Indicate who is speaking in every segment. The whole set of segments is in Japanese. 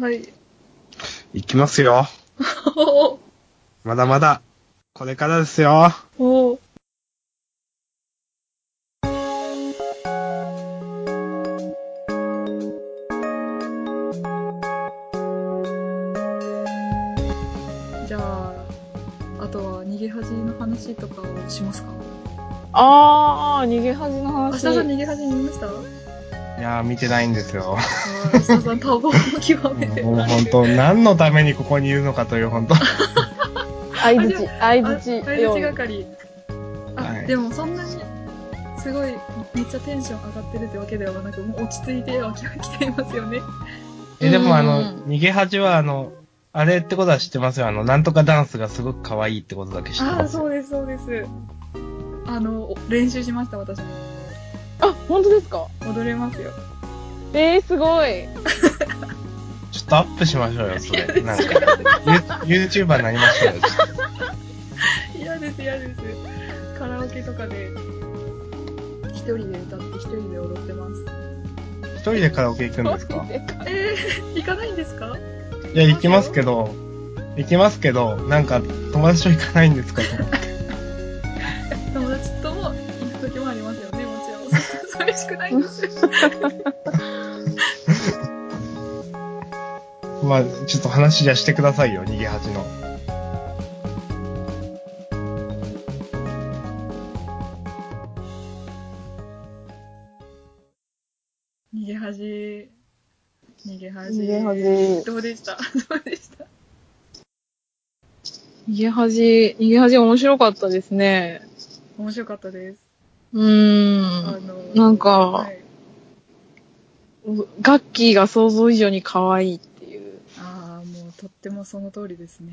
Speaker 1: はい。
Speaker 2: いきま すよ。
Speaker 1: お
Speaker 2: まだまだ。これからですよ。
Speaker 1: おじゃあ、あとは逃げ恥の話とかをしますか
Speaker 3: あー、逃げ恥の
Speaker 1: 明日
Speaker 3: 話。
Speaker 1: さん逃げ恥見ました
Speaker 2: いやー、見てないんですよ。
Speaker 1: 明日さん多忙を極めてお
Speaker 2: もう
Speaker 1: られ
Speaker 2: 本
Speaker 1: る。
Speaker 2: 当、何のためにここにいるのかという、本当。
Speaker 3: 相づち、相
Speaker 1: あ
Speaker 3: づち。
Speaker 1: 相づち係。あ、
Speaker 2: はい
Speaker 1: でもそんなに、すごい、めっちゃテンション上がってるってわけではなく、もう落ち着いては来ていますよね。
Speaker 2: え、でもあの
Speaker 3: うん、
Speaker 2: 逃げ恥はあの、あれってことは知ってますよ。あの、なんとかダンスがすごく可愛いってことだけ知って
Speaker 1: ああ、
Speaker 2: ます
Speaker 1: そう
Speaker 2: よ。
Speaker 1: です、そうです。あの、お練習しました、私も。
Speaker 3: あ、本当ですか
Speaker 1: 踊れますよ。
Speaker 3: えー、すごい。
Speaker 2: ちょっとアップしましょうよ、それ。なんか、ユ YouTuber になりましょうよ。ちょっと
Speaker 1: 嫌です、嫌です。カラオケとかで、一人で歌って、一人で踊ってます。
Speaker 2: 一人でカラオケ行くんですか
Speaker 1: えー、行かないんですか
Speaker 2: いや、行きますけど、行きますけど、なんか、友達と行かないんですかと思って
Speaker 1: 友達とも行く時もありますよね、もちろん。 それしくないです。
Speaker 2: まあ、ちょっと話じゃしてくださいよ、逃げ恥の。
Speaker 1: 逃げ恥。逃げ恥。
Speaker 3: 逃げ恥。
Speaker 1: どうでしたどうでした
Speaker 3: 逃げ恥、逃げ恥面白かったですね。
Speaker 1: 面白かったです。
Speaker 3: うー
Speaker 1: あ
Speaker 3: ん。
Speaker 1: の
Speaker 3: なんか
Speaker 1: はい
Speaker 3: ガッキーが想像以上に可愛いっていう。
Speaker 1: ああ、もうとってもその通りですね。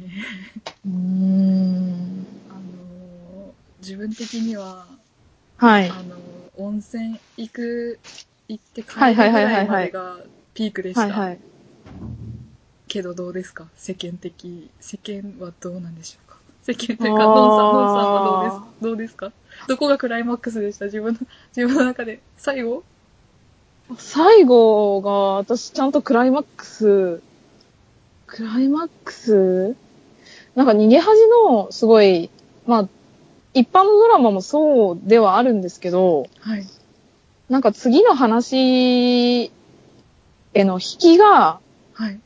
Speaker 3: うーん。
Speaker 1: あの自分的には、
Speaker 3: はい。
Speaker 1: あの温泉行く、行って帰
Speaker 3: は
Speaker 1: る
Speaker 3: い
Speaker 1: ぐ
Speaker 3: はいはい
Speaker 1: ら
Speaker 3: はいい
Speaker 1: ま
Speaker 3: は
Speaker 1: で
Speaker 3: い
Speaker 1: がピークでした。
Speaker 3: はいはい。
Speaker 1: けどどうですか世間的、世間はどうなんでしょうか世間という
Speaker 3: あ
Speaker 1: か、ノンさん、ノンさん
Speaker 3: ー
Speaker 1: はどうですどうですかどこがクライマックスでした自分の、 自分の中で。最後
Speaker 3: 最後が、私ちゃんとクライマックス、クライマックスなんか逃げ恥の、すごい、まあ、一般のドラマもそうではあるんですけど、
Speaker 1: はい。
Speaker 3: なんか次の話への引きが、
Speaker 1: はい。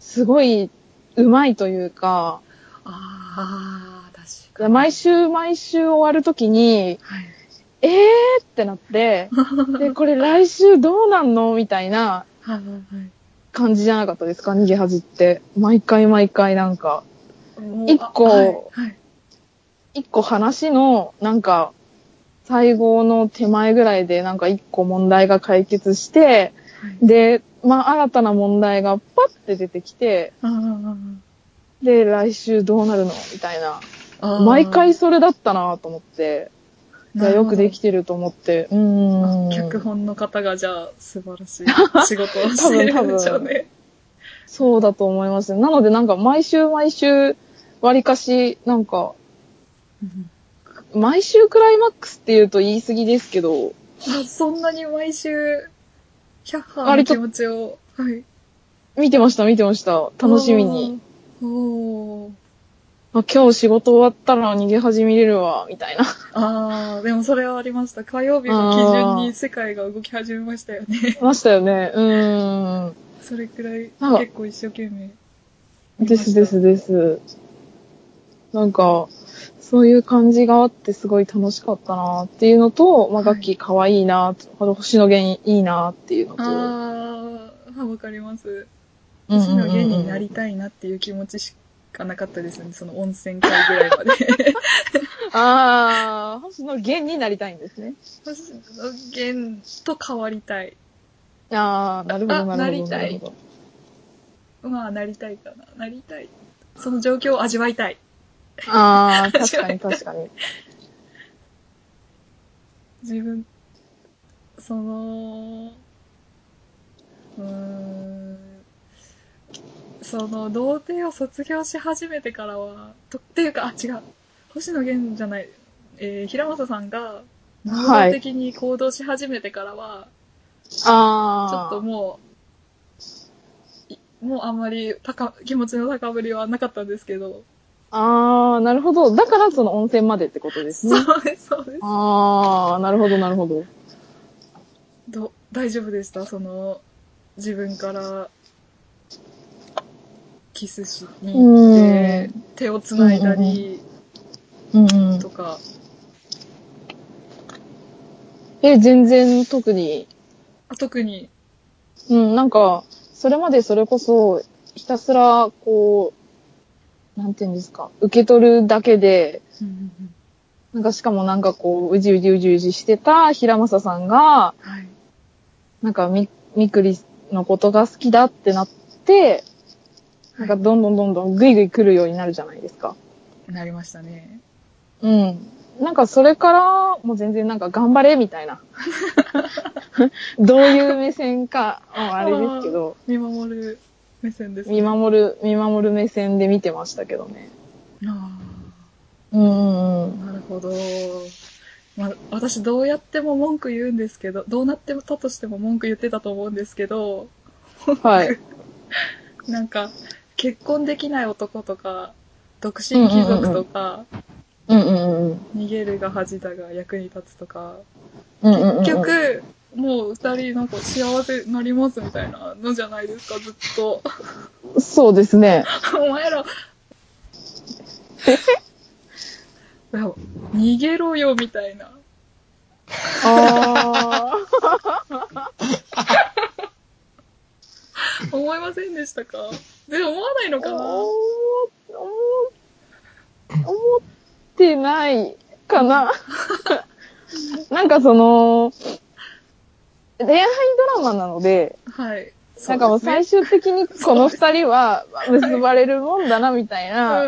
Speaker 3: すごい、うまいというか、
Speaker 1: ああ、確かに。
Speaker 3: 毎週毎週終わるときに、
Speaker 1: はい。
Speaker 3: えーってなって、で、これ来週どうなんのみたいな
Speaker 1: はいはい
Speaker 3: 感じじゃなかったですか逃げ恥って。毎回毎回なんか、
Speaker 1: はい。もう
Speaker 3: 一個
Speaker 1: あはい。はい。
Speaker 3: 一個話の、なんか、最後の手前ぐらいでなんか一個問題が解決して、
Speaker 1: はい、
Speaker 3: で、まあ新たな問題がパッて出てきて、
Speaker 1: あー
Speaker 3: で、来週どうなるのみたいな。
Speaker 1: あー
Speaker 3: 毎回それだったなと思って、い
Speaker 1: な
Speaker 3: や
Speaker 1: るほ
Speaker 3: よ
Speaker 1: ど
Speaker 3: くできてると思って、うーん。
Speaker 1: 脚本の方がじゃあ素晴らし い仕事をしてるんでしょうね。
Speaker 3: そうだと思います。なのでなんか毎週毎週、わりかし、なんか、
Speaker 1: うん
Speaker 3: 毎週クライマックスって言うと言い過ぎですけど、
Speaker 1: あそんなに毎週、キャッハーの気持ちを。はい。
Speaker 3: 見てました見てました。楽しみに。
Speaker 1: おー。おー
Speaker 3: あ今日仕事終わったら逃げ始めれるわ、みたいな。
Speaker 1: あー、でもそれはありました。火曜日の基準に世界が動き始めましたよね。
Speaker 3: ましたよね。うーん。
Speaker 1: それくらい
Speaker 3: なんか
Speaker 1: 結構一生懸命。
Speaker 3: ですですです。なんか、そういう感じがあってすごい楽しかったなっていうのと、ま
Speaker 1: は
Speaker 3: あ、
Speaker 1: い
Speaker 3: 楽器可愛いなと、あの星野源いいなっていうのと。
Speaker 1: あー、わかります。
Speaker 3: うんうん
Speaker 1: 星野
Speaker 3: うんうん
Speaker 1: 源になりたいなっていう気持ちしかなかったですね。その温泉会ぐらいまで。
Speaker 3: ああ、星野源になりたいんですね。
Speaker 1: 星野源と変わりたい。
Speaker 3: ああ、なるほ
Speaker 1: あ
Speaker 3: ど、なるほど。
Speaker 1: なりたい
Speaker 3: るほど
Speaker 1: まあ、なりたいかな。なりたい。その状況を味わいたい。
Speaker 3: ああ、確かに 確かに。
Speaker 1: 自分、その、うーん、その、童貞を卒業し始めてからは、とっていうか、あ、違う。星野源じゃない、えー、平正さんが、能動
Speaker 3: はい。
Speaker 1: 的に行動し始めてからは、ちょっ
Speaker 3: ああ。
Speaker 1: ともう、いもうあんまり高気持ちの高ぶりはなかったんですけど。
Speaker 3: あー、なるほど。だからその温泉までってことです
Speaker 1: そ
Speaker 3: ね。
Speaker 1: うです、そうです。
Speaker 3: あー、なるほど、なるほど。
Speaker 1: ど大丈夫でしたその、自分から、キスしに行って、手をつないだり
Speaker 3: うん、うん
Speaker 1: と。か、
Speaker 3: え、全然特に、
Speaker 1: あ特に、
Speaker 3: うん、なんか、それまでそれこそ、ひたすら、こう、なんていうんですか、受け取るだけで、なんかしかもなんかこう、うじうじうじうじしてた平正さんが、
Speaker 1: はい。
Speaker 3: なんかみ、みくりのことが好きだってなって、なんかどんどんどんどんぐいぐい来るようになるじゃないですか。
Speaker 1: なりましたね。
Speaker 3: うん。なんかそれから、もう全然なんか頑張れみたいな。 どういう目線か、ああれですけど、
Speaker 1: 見守る目線ですね。
Speaker 3: 見守る、見守る目線で見てましたけどね。
Speaker 1: あ
Speaker 3: うんうん
Speaker 1: あ、なるほど。まあ、私どうやっても文句言うんですけど、どうなってたとしても文句言ってたと思うんですけど、
Speaker 3: うん。はい。
Speaker 1: なんか、結婚できない男とか、独身貴族とか、
Speaker 3: うんうんうん。
Speaker 1: 逃げるが恥だが役に立つとか、
Speaker 3: うんうんうんうん
Speaker 1: 結、局、もう二人なんか幸せになりますみたいなのじゃないですか、ずっと。
Speaker 3: そうですね。
Speaker 1: お前 ら。いや逃げろよ、みたいな。
Speaker 3: ああ。
Speaker 1: 思いませんでしたかで、思わないのかな
Speaker 3: 思ってないかな。 なんかその、恋愛ドラマなので、
Speaker 1: はい。
Speaker 3: なんかもう最
Speaker 1: 初
Speaker 3: 終的にこの二人は結ばれるもんだなみたいな、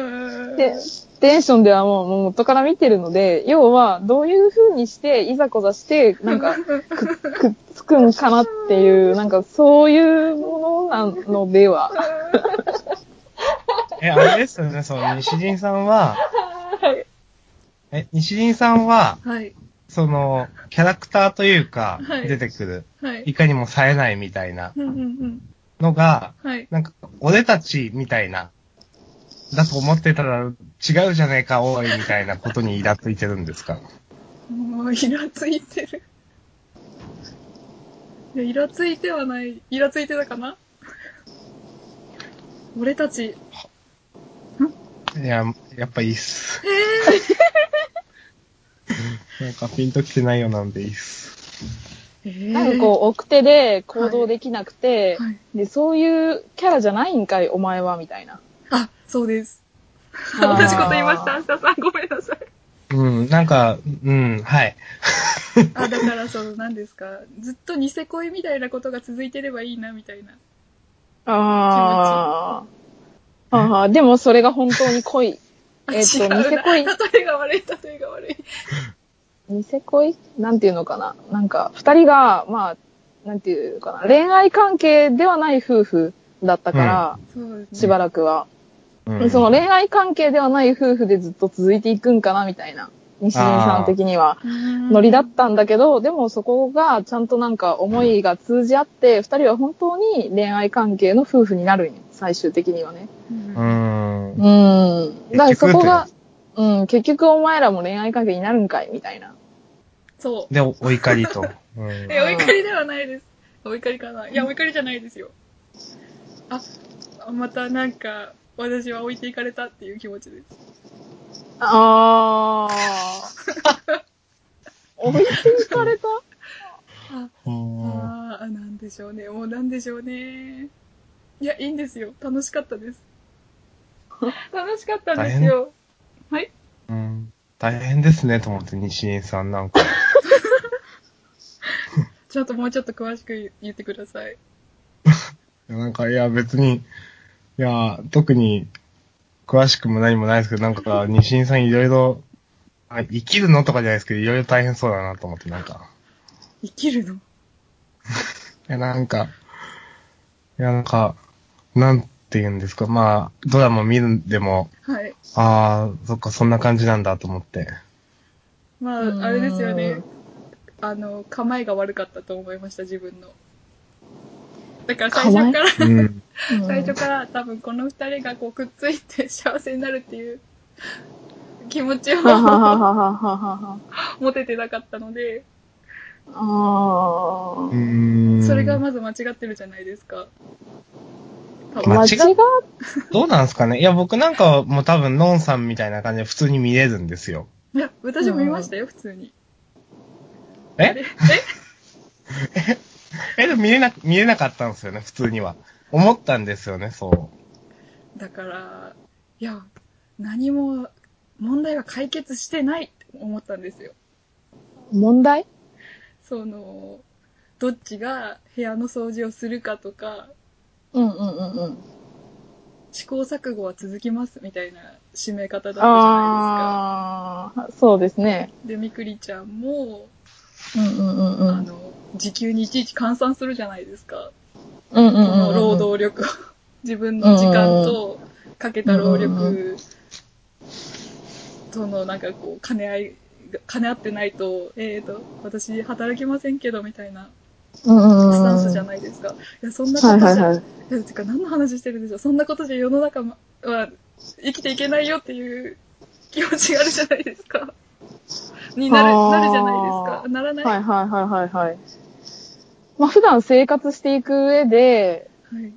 Speaker 3: でテンションではもうもう元から見てるので、要はどういう風にしていざこざして、なんか くっつくんかなっていう、なんかそういうものなのでは。
Speaker 2: え、あれですよね、その西陣さんは、え、西陣さんは、
Speaker 1: はい。
Speaker 2: その、キャラクターというか、
Speaker 1: はい
Speaker 2: 出てくる、
Speaker 1: はいい。
Speaker 2: かにも冴えないみたいな
Speaker 1: うんうんうん。
Speaker 2: のが、
Speaker 1: はい。
Speaker 2: なんか、俺たちみたいな、だと思ってたら違うじゃねえか、おい、みたいなことにイラついてるんですか
Speaker 1: もう、イラついてる。いや、イラついてはない。イラついてたかな俺たち、
Speaker 2: いや、やっぱいいっす。
Speaker 1: えー、
Speaker 2: なんかピンときてないようなんでいいっす。
Speaker 1: え
Speaker 3: なんかこう、奥手で行動できなくて、
Speaker 1: はい。
Speaker 3: で、そういうキャラじゃないんかい、お前は、みたいな。
Speaker 1: あ、そうです。同
Speaker 3: あー
Speaker 1: じこと言いました、明日さん。ごめんなさい。
Speaker 2: うん、なんか、うん、はい。
Speaker 1: あ、 だからその、何ですか。ずっとニセ恋みたいなことが続いてればいいな、みたいな。
Speaker 3: あーあー。でもそれが本当に恋。
Speaker 1: あ
Speaker 3: えっと
Speaker 1: 違うな
Speaker 3: ニセ恋
Speaker 1: 例えが悪い、例えが悪い。
Speaker 3: ニセ恋なんていうのかななんか、二人が、まあ、なんていうかな、恋愛関係ではない夫婦だったから、
Speaker 1: そうですね。
Speaker 3: しばらくは。
Speaker 2: うん、
Speaker 3: その恋愛関係ではない夫婦でずっと続いていくんかな、みたいな。西陣さん的には。ノ
Speaker 1: ノ
Speaker 3: リだったんだけど、でもそこがちゃんとなんか思いが通じ合って、二人は本当に恋愛関係の夫婦になるんよ最終的にはね。
Speaker 2: うん。
Speaker 3: うん。だから
Speaker 2: 結
Speaker 3: そ
Speaker 2: 局
Speaker 3: こが、うん、結局お前らも恋愛関係になるんかい、みたいな。
Speaker 1: そ
Speaker 2: で、おお怒りと。うん
Speaker 1: う。え、お怒りではないです。お怒りかな。いや、お怒りじゃないですよ。あ、またなんか、私は置いていかれたっていう気持ちです。
Speaker 3: あー。置いていかれた
Speaker 1: あ
Speaker 2: うん
Speaker 1: あー、なんでしょうね。もうなんでしょうね。いや、いいんですよ。楽しかったです。楽しかったんですよ。はい。
Speaker 2: うん大変ですね、と思って、西陣さんなんか。
Speaker 1: ちょっともうちょっと詳しく言ってください。
Speaker 2: なんか、いや、別に、いや、特に、詳しくも何もないですけど、なんか、西陣さんいろいろ、あ生きるのとかじゃないですけど、いろいろ大変そうだなと思って、なんか。
Speaker 1: 生きるの
Speaker 2: いや、なんか、いや、なんか、なんて言うんですか、まあ、ドラマ見るんでも、
Speaker 1: はい。
Speaker 2: ああ、そっか、そんな感じなんだと思って。
Speaker 1: ま
Speaker 3: うーん
Speaker 1: あ、あれですよね。あの、構えが悪かったと思いました、自分の。だから最初から、
Speaker 2: うん。
Speaker 3: うん
Speaker 1: 最初から多分この二人がこうくっついて幸せになるっていう気持ち
Speaker 3: ははは
Speaker 1: を
Speaker 3: はははは
Speaker 1: 持ててなかったので、
Speaker 3: あー
Speaker 2: うーん。
Speaker 1: それがまず間違ってるじゃないですか。多分
Speaker 3: 間
Speaker 2: まあ
Speaker 3: 違っ
Speaker 2: どうなんですかねいや、僕なんかはもう多分、ノンさんみたいな感じで普通に見れるんですよ。
Speaker 1: いや、私も見ましたよ、普通に。あれ
Speaker 2: え
Speaker 1: え
Speaker 2: え、でも見れな、見れなかったんですよね、普通には。思ったんですよね、そう。
Speaker 1: だから、いや、何も問題は解決してないって思ったんですよ。
Speaker 3: 問題
Speaker 1: その、どっちが部屋の掃除をするかとか、
Speaker 3: うんうんうんうん。
Speaker 1: 試行錯誤は続きますみたいな締め方だったじゃないで
Speaker 3: ああ、そうですね。
Speaker 1: すか。で、みくりちゃんも、
Speaker 3: うんうんうんう
Speaker 1: あ
Speaker 3: ん。
Speaker 1: の、時給にいちいち換算するじゃないですか。
Speaker 3: うんうん
Speaker 1: こ
Speaker 3: うんう
Speaker 1: の
Speaker 3: ん。
Speaker 1: 労働力を、 自分の時間とかけた労
Speaker 3: うんうん
Speaker 1: 力、そのなんかこう、兼ね合いが、兼ね合ってないと、えーと、私働きませんけどみたいな
Speaker 3: うんうんうん。
Speaker 1: スタンスじゃないですか。いや、そんなこと
Speaker 3: はい
Speaker 1: じ
Speaker 3: はい
Speaker 1: ゃ
Speaker 3: はい。
Speaker 1: いやてか何の話してるんでしょうそんなことじゃ世の中は生きていけないよっていう気持ちがあるじゃないですか。にな
Speaker 3: あー
Speaker 1: る、なるじゃないですか。ならない。
Speaker 3: は
Speaker 1: はい
Speaker 3: はいはいはいはい。まあ普段生活していく上で、
Speaker 1: い。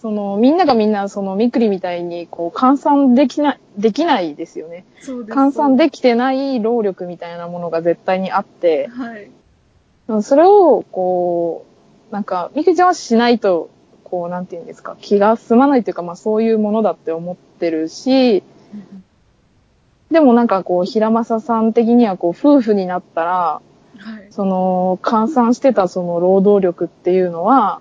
Speaker 3: そのみんながみんなそのみくりみたいにこう換算できない、できないですよね。
Speaker 1: そうです。
Speaker 3: 換算できてない労力みたいなものが絶対にあって、
Speaker 1: はい。
Speaker 3: それをこう、なんかみくりちゃんはしないと、こうなんていうんですか、気が済まないというかまあそういうものだって思ってるし、でもなんかこう、平正さん的にはこう、夫婦になったら、
Speaker 1: はい。
Speaker 3: その、換算してたその労働力っていうのは、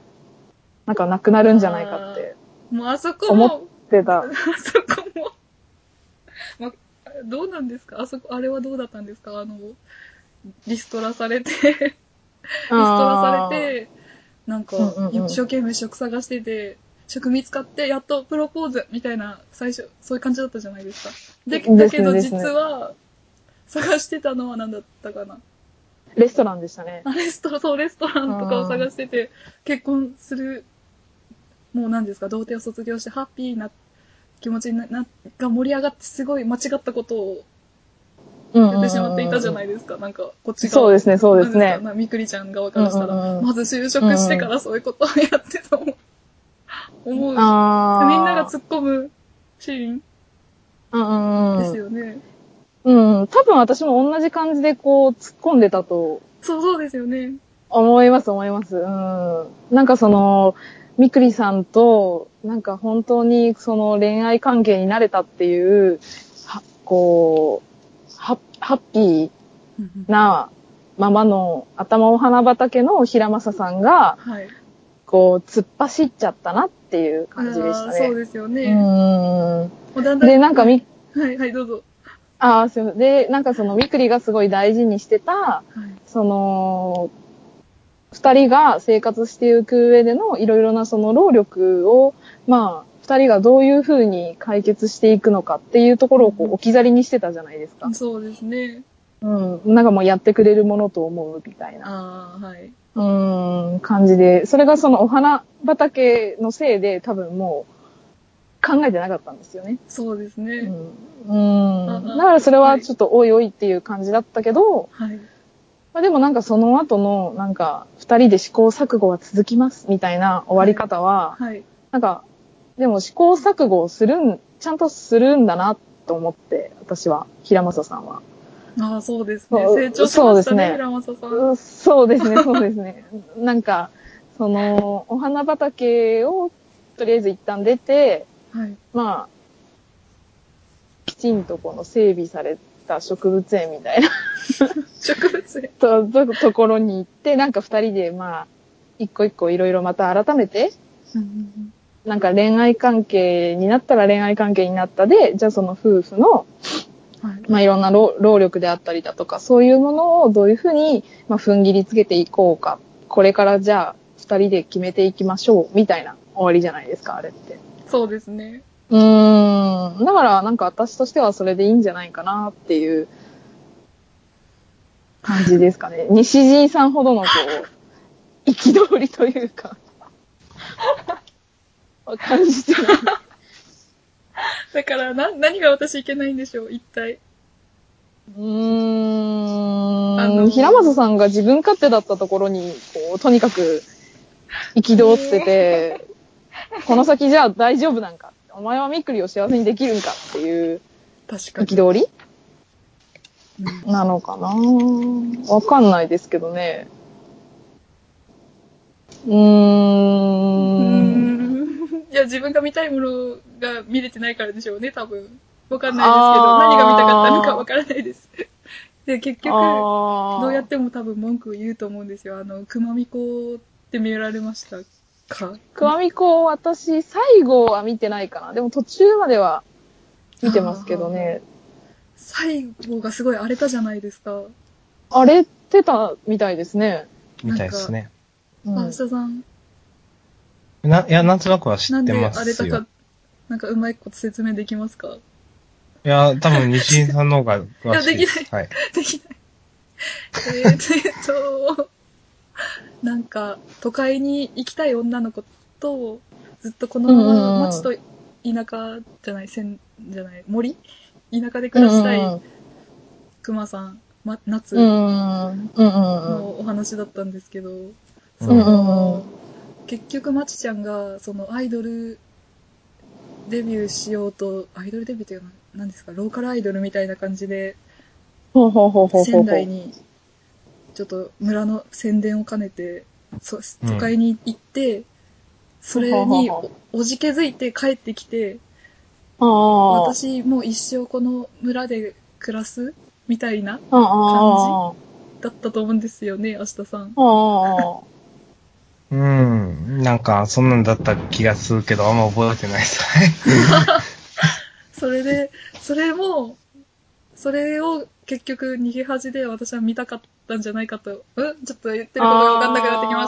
Speaker 3: なんかなくなるんじゃないかって
Speaker 1: もうあそこ
Speaker 3: 思
Speaker 1: も、
Speaker 3: 言ってた
Speaker 1: あ。そこも、 ま、どうなんですかあそこ、あれはどうだったんですかあの、リストラされて、リストラされて、なんか
Speaker 3: うんうんう、ん
Speaker 1: 一生懸命職探してて、職見つかって、やっとプロポーズみたいな、最初、そういう感じだったじゃないですか。で、
Speaker 3: ですね
Speaker 1: だけど
Speaker 3: です
Speaker 1: 実
Speaker 3: ね
Speaker 1: は、探してたのは何だったかな。
Speaker 3: あーレストランでしたね。
Speaker 1: あレストラン、そう、レストランとかを探してて、結婚する、もう何ですか、童貞を卒業してハッピーな気持ちにな、なが盛り上がって、すごい間違ったことを
Speaker 3: うんうん
Speaker 1: や
Speaker 3: うんうん
Speaker 1: ってしまっていたじゃないですか。なんか、こっちが。
Speaker 3: そうですね、そうで
Speaker 1: な
Speaker 3: す
Speaker 1: ん
Speaker 3: ね
Speaker 1: か。なみくりちゃん側からしたら、
Speaker 3: うんうんうん
Speaker 1: まず就職してからそういうことをやってたも思う。
Speaker 3: ああ。
Speaker 1: みんなが突っ込むシーン
Speaker 3: うんうんうん
Speaker 1: ですよね。
Speaker 3: うん、多分私も同じ感じでこう、突っ込んでたと
Speaker 1: そうそうですよね。
Speaker 3: 思います、思います。うん。なんかその、みくりさんと、なんか本当にその恋愛関係になれたっていう、は、こう、ハッハッピーなままの頭お花畑の平正さんが、
Speaker 1: はい。
Speaker 3: こう、突っ走っちゃったなっていう感じでした
Speaker 1: あーそう
Speaker 3: ね。
Speaker 1: ですよ
Speaker 3: う
Speaker 1: ね。も
Speaker 3: ん。
Speaker 1: うだんだん
Speaker 3: で、なんかみ、
Speaker 1: はい、はい、どうぞ。
Speaker 3: ああ、すいません。で、なんかそのみくりがすごい大事にしてた、
Speaker 1: はい。
Speaker 3: その、二人が生活していく上でのいろいろなその労力を、まあ、二人がどういうふうに解決していくのかっていうところをこ
Speaker 1: うん
Speaker 3: う置き去りにしてたじゃないですか。
Speaker 1: そうですね。
Speaker 3: うん。なんかもうやってくれるものと思うみたいな、
Speaker 1: ああ、はい。
Speaker 3: うん、感じで。それがそのお花畑のせいで多分もう考えてなかったんですよね。
Speaker 1: そうですね。
Speaker 3: うん。
Speaker 1: あ
Speaker 3: う
Speaker 1: あ
Speaker 3: ん。だからそれはちょっとおいおいっていう感じだったけど、
Speaker 1: はい。
Speaker 3: まあ、でもなんかその後の、なんか、二人で試行錯誤は続きます、みたいな終わり方は、
Speaker 1: はい。
Speaker 3: なんか、でも試行錯誤をするん、ちゃんとするんだな、と思って、私は、平正さんは。
Speaker 1: ああ、そうですね。
Speaker 3: そう
Speaker 1: 成長しました
Speaker 3: そうです
Speaker 1: ね、
Speaker 3: ね
Speaker 1: 平正さん。
Speaker 3: うんそうですね、そうですね。なんか、その、お花畑を、とりあえず一旦出て、
Speaker 1: はい。
Speaker 3: まあ、きちんとこの整備された植物園みたいな
Speaker 1: 植物園。
Speaker 3: と、と、ところに行って、なんか二人で、まあ、一個一個いろいろまた改めて、なんか恋愛関係になったら恋愛関係になったで、じゃあその夫婦の、
Speaker 1: はい。
Speaker 3: まあ、いろんな労労力であったりだとか、そういうものをどういうふうに、まあ、踏ん切りつけていこうか。これからじゃあ、二人で決めていきましょう、みたいな終わりじゃないですか、あれって。
Speaker 1: そうですね。
Speaker 3: うーん。だから、なんか私としてはそれでいいんじゃないかな、っていう感じですかね。西陣さんほどの、こう、憤りというか。感じてない。
Speaker 1: だから、な、何が私いけないんでしょう、一体。
Speaker 3: うーん。
Speaker 1: あの
Speaker 3: 平松さんが自分勝手だったところに、こう、とにかく、憤って て、この先じゃあ大丈夫なんか。お前はみっくりを幸せにできるんかっていう
Speaker 1: 確かに。
Speaker 3: 憤り
Speaker 1: うん
Speaker 3: なのかなわかんないですけどね。うー。
Speaker 1: うんーん。いや、自分が見たいものが見れてないからでしょうね、多分。わかんないですけど、
Speaker 3: あー
Speaker 1: 何が見たかったのかわからないです。で、結局、
Speaker 3: ど
Speaker 1: どうやっても多分文句言うと思うんですよ。あの、熊みこって見られましたか
Speaker 3: クワミコ、私、最後は見てないかな。でも途中までは見てますけどね。
Speaker 1: 最後がすごい荒れたじゃないですか。
Speaker 3: 荒れてたみたいですね。
Speaker 2: みたいですね。
Speaker 3: う
Speaker 1: あ、
Speaker 3: ん、
Speaker 1: 下さん、
Speaker 2: な、いや、なんとなくは知
Speaker 1: な
Speaker 2: っ
Speaker 1: ん
Speaker 2: て
Speaker 1: で
Speaker 2: ま
Speaker 1: 荒れ
Speaker 2: す
Speaker 1: た
Speaker 2: よ。
Speaker 1: か、なんかうまいこと説明できますか
Speaker 2: いや、多分、西井さんの方が詳しいで
Speaker 1: いやでき
Speaker 2: す。はい。
Speaker 1: でき ない。えーっと、なんか、都会に行きたい女の子と、ずっとこのまま町と田舎じゃない、せんじゃない、森田舎で暮らした
Speaker 3: う
Speaker 1: い
Speaker 3: ん
Speaker 1: 熊さん、ま、夏。
Speaker 3: うんうん。うんうんうん。
Speaker 1: のお話だったんですけど、そ
Speaker 3: うんうん
Speaker 1: の結局まちちゃんがそのアイドルデビューしようとアイドルデビューというのは何ですかローカルアイドルみたいな感じで
Speaker 3: ほうほうほうほうほう
Speaker 1: 仙
Speaker 3: ほ
Speaker 1: 台
Speaker 3: う。
Speaker 1: にちょっと村の宣伝を兼ねてそ
Speaker 2: うん
Speaker 1: 都会に行って、それにおおじけづいて帰ってきて
Speaker 3: ああ。
Speaker 1: 私もう一生この村で暮らすみたいな
Speaker 3: ああ。
Speaker 1: だったと思うんですよね明日さん。
Speaker 3: ああ。
Speaker 2: うん。なんか、そんなんだった気がするけど、あんま覚えてないです。はい。
Speaker 1: それで、それも、それを結局逃げ恥で私は見たかったんじゃないかと、うんちょっと言ってることがわかんなくなってきま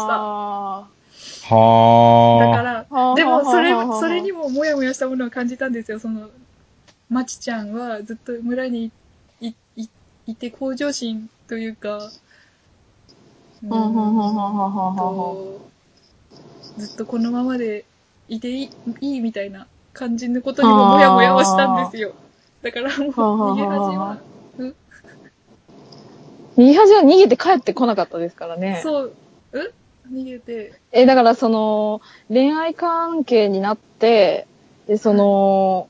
Speaker 1: した。
Speaker 3: た。
Speaker 1: だ
Speaker 2: は
Speaker 1: か
Speaker 2: あ。
Speaker 1: ら、
Speaker 3: あー
Speaker 1: でもそれ
Speaker 3: はははは、
Speaker 1: それにももやもやしたものを感じたんですよ。その、まちちゃんはずっと村にい、い、いて向上心というか、う
Speaker 3: ははははは
Speaker 1: ん
Speaker 3: はは。
Speaker 1: とずっとこのままでいていいいいみたいな感じのことにももやもやをしたんですよ。だからもう逃げ恥は、う
Speaker 3: 右端は逃げて帰ってこなかったですからね。
Speaker 1: そう、う逃げて、
Speaker 3: え、だからその、恋愛関係になって、で、その、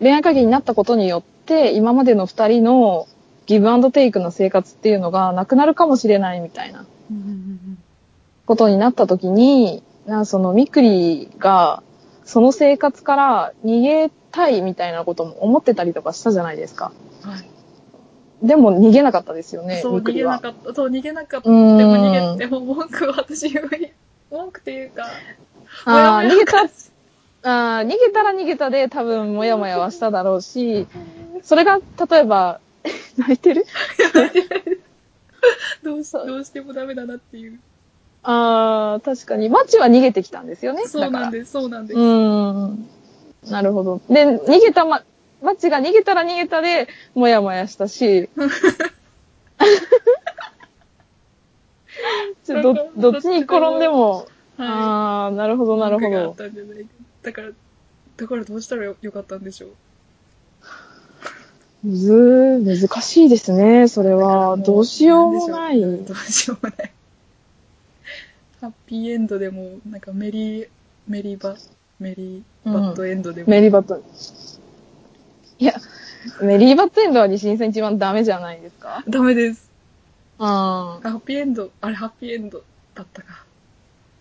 Speaker 3: 恋愛関係になったことによって、今までの二人のギブアンドテイクの生活っていうのがなくなるかもしれないみたいなことになった時に、なんかそのミクリが、その生活から逃げたいみたいなことも思ってたりとかしたじゃないですか。
Speaker 1: はい
Speaker 3: でも逃げなかったですよね、
Speaker 1: そう、
Speaker 3: ミク
Speaker 1: 逃
Speaker 3: リ
Speaker 1: げな
Speaker 3: は。
Speaker 1: かった。そう、逃げなかった。
Speaker 3: う
Speaker 1: でも
Speaker 3: ー
Speaker 1: 逃げ
Speaker 3: ん。
Speaker 1: ても文句は私より、文句っていうか、もやも
Speaker 3: あー
Speaker 1: や
Speaker 3: 逃げた
Speaker 1: 感じ
Speaker 3: あー逃げたら逃げたで多分もやもやはしただろうし、それが例えば、 泣いてる
Speaker 1: どうしどうしてもダメだなっていう。
Speaker 3: ああ、確かに。マッチは逃げてきたんですよね。
Speaker 1: そうなん
Speaker 3: す。
Speaker 1: です、そうなんです。
Speaker 3: うーん。なるほど。で、逃げたま、マッチが逃げたら逃げたで、もやもやしたし、 ちょどどっちに転んでも、
Speaker 1: は
Speaker 3: ああ、なるほど、
Speaker 1: い。
Speaker 3: なる
Speaker 1: 文
Speaker 3: ほ
Speaker 1: 句があっ
Speaker 3: ど。
Speaker 1: たんじゃないだから、だからどうしたらよよかったんでしょう。
Speaker 3: むずー、難しいですね、それは。どうしようもない。う
Speaker 1: どうしようもない。ハッピーエンドでも、なんかメリー、メリーバ、メリーバッドエンドでも。
Speaker 3: メリーバット。いや、メリーバットエンドは西新さん一番ダメじゃないですか
Speaker 1: ダメです。
Speaker 3: うん。
Speaker 1: あハッピーエンド、あれハッピーエンドだったか。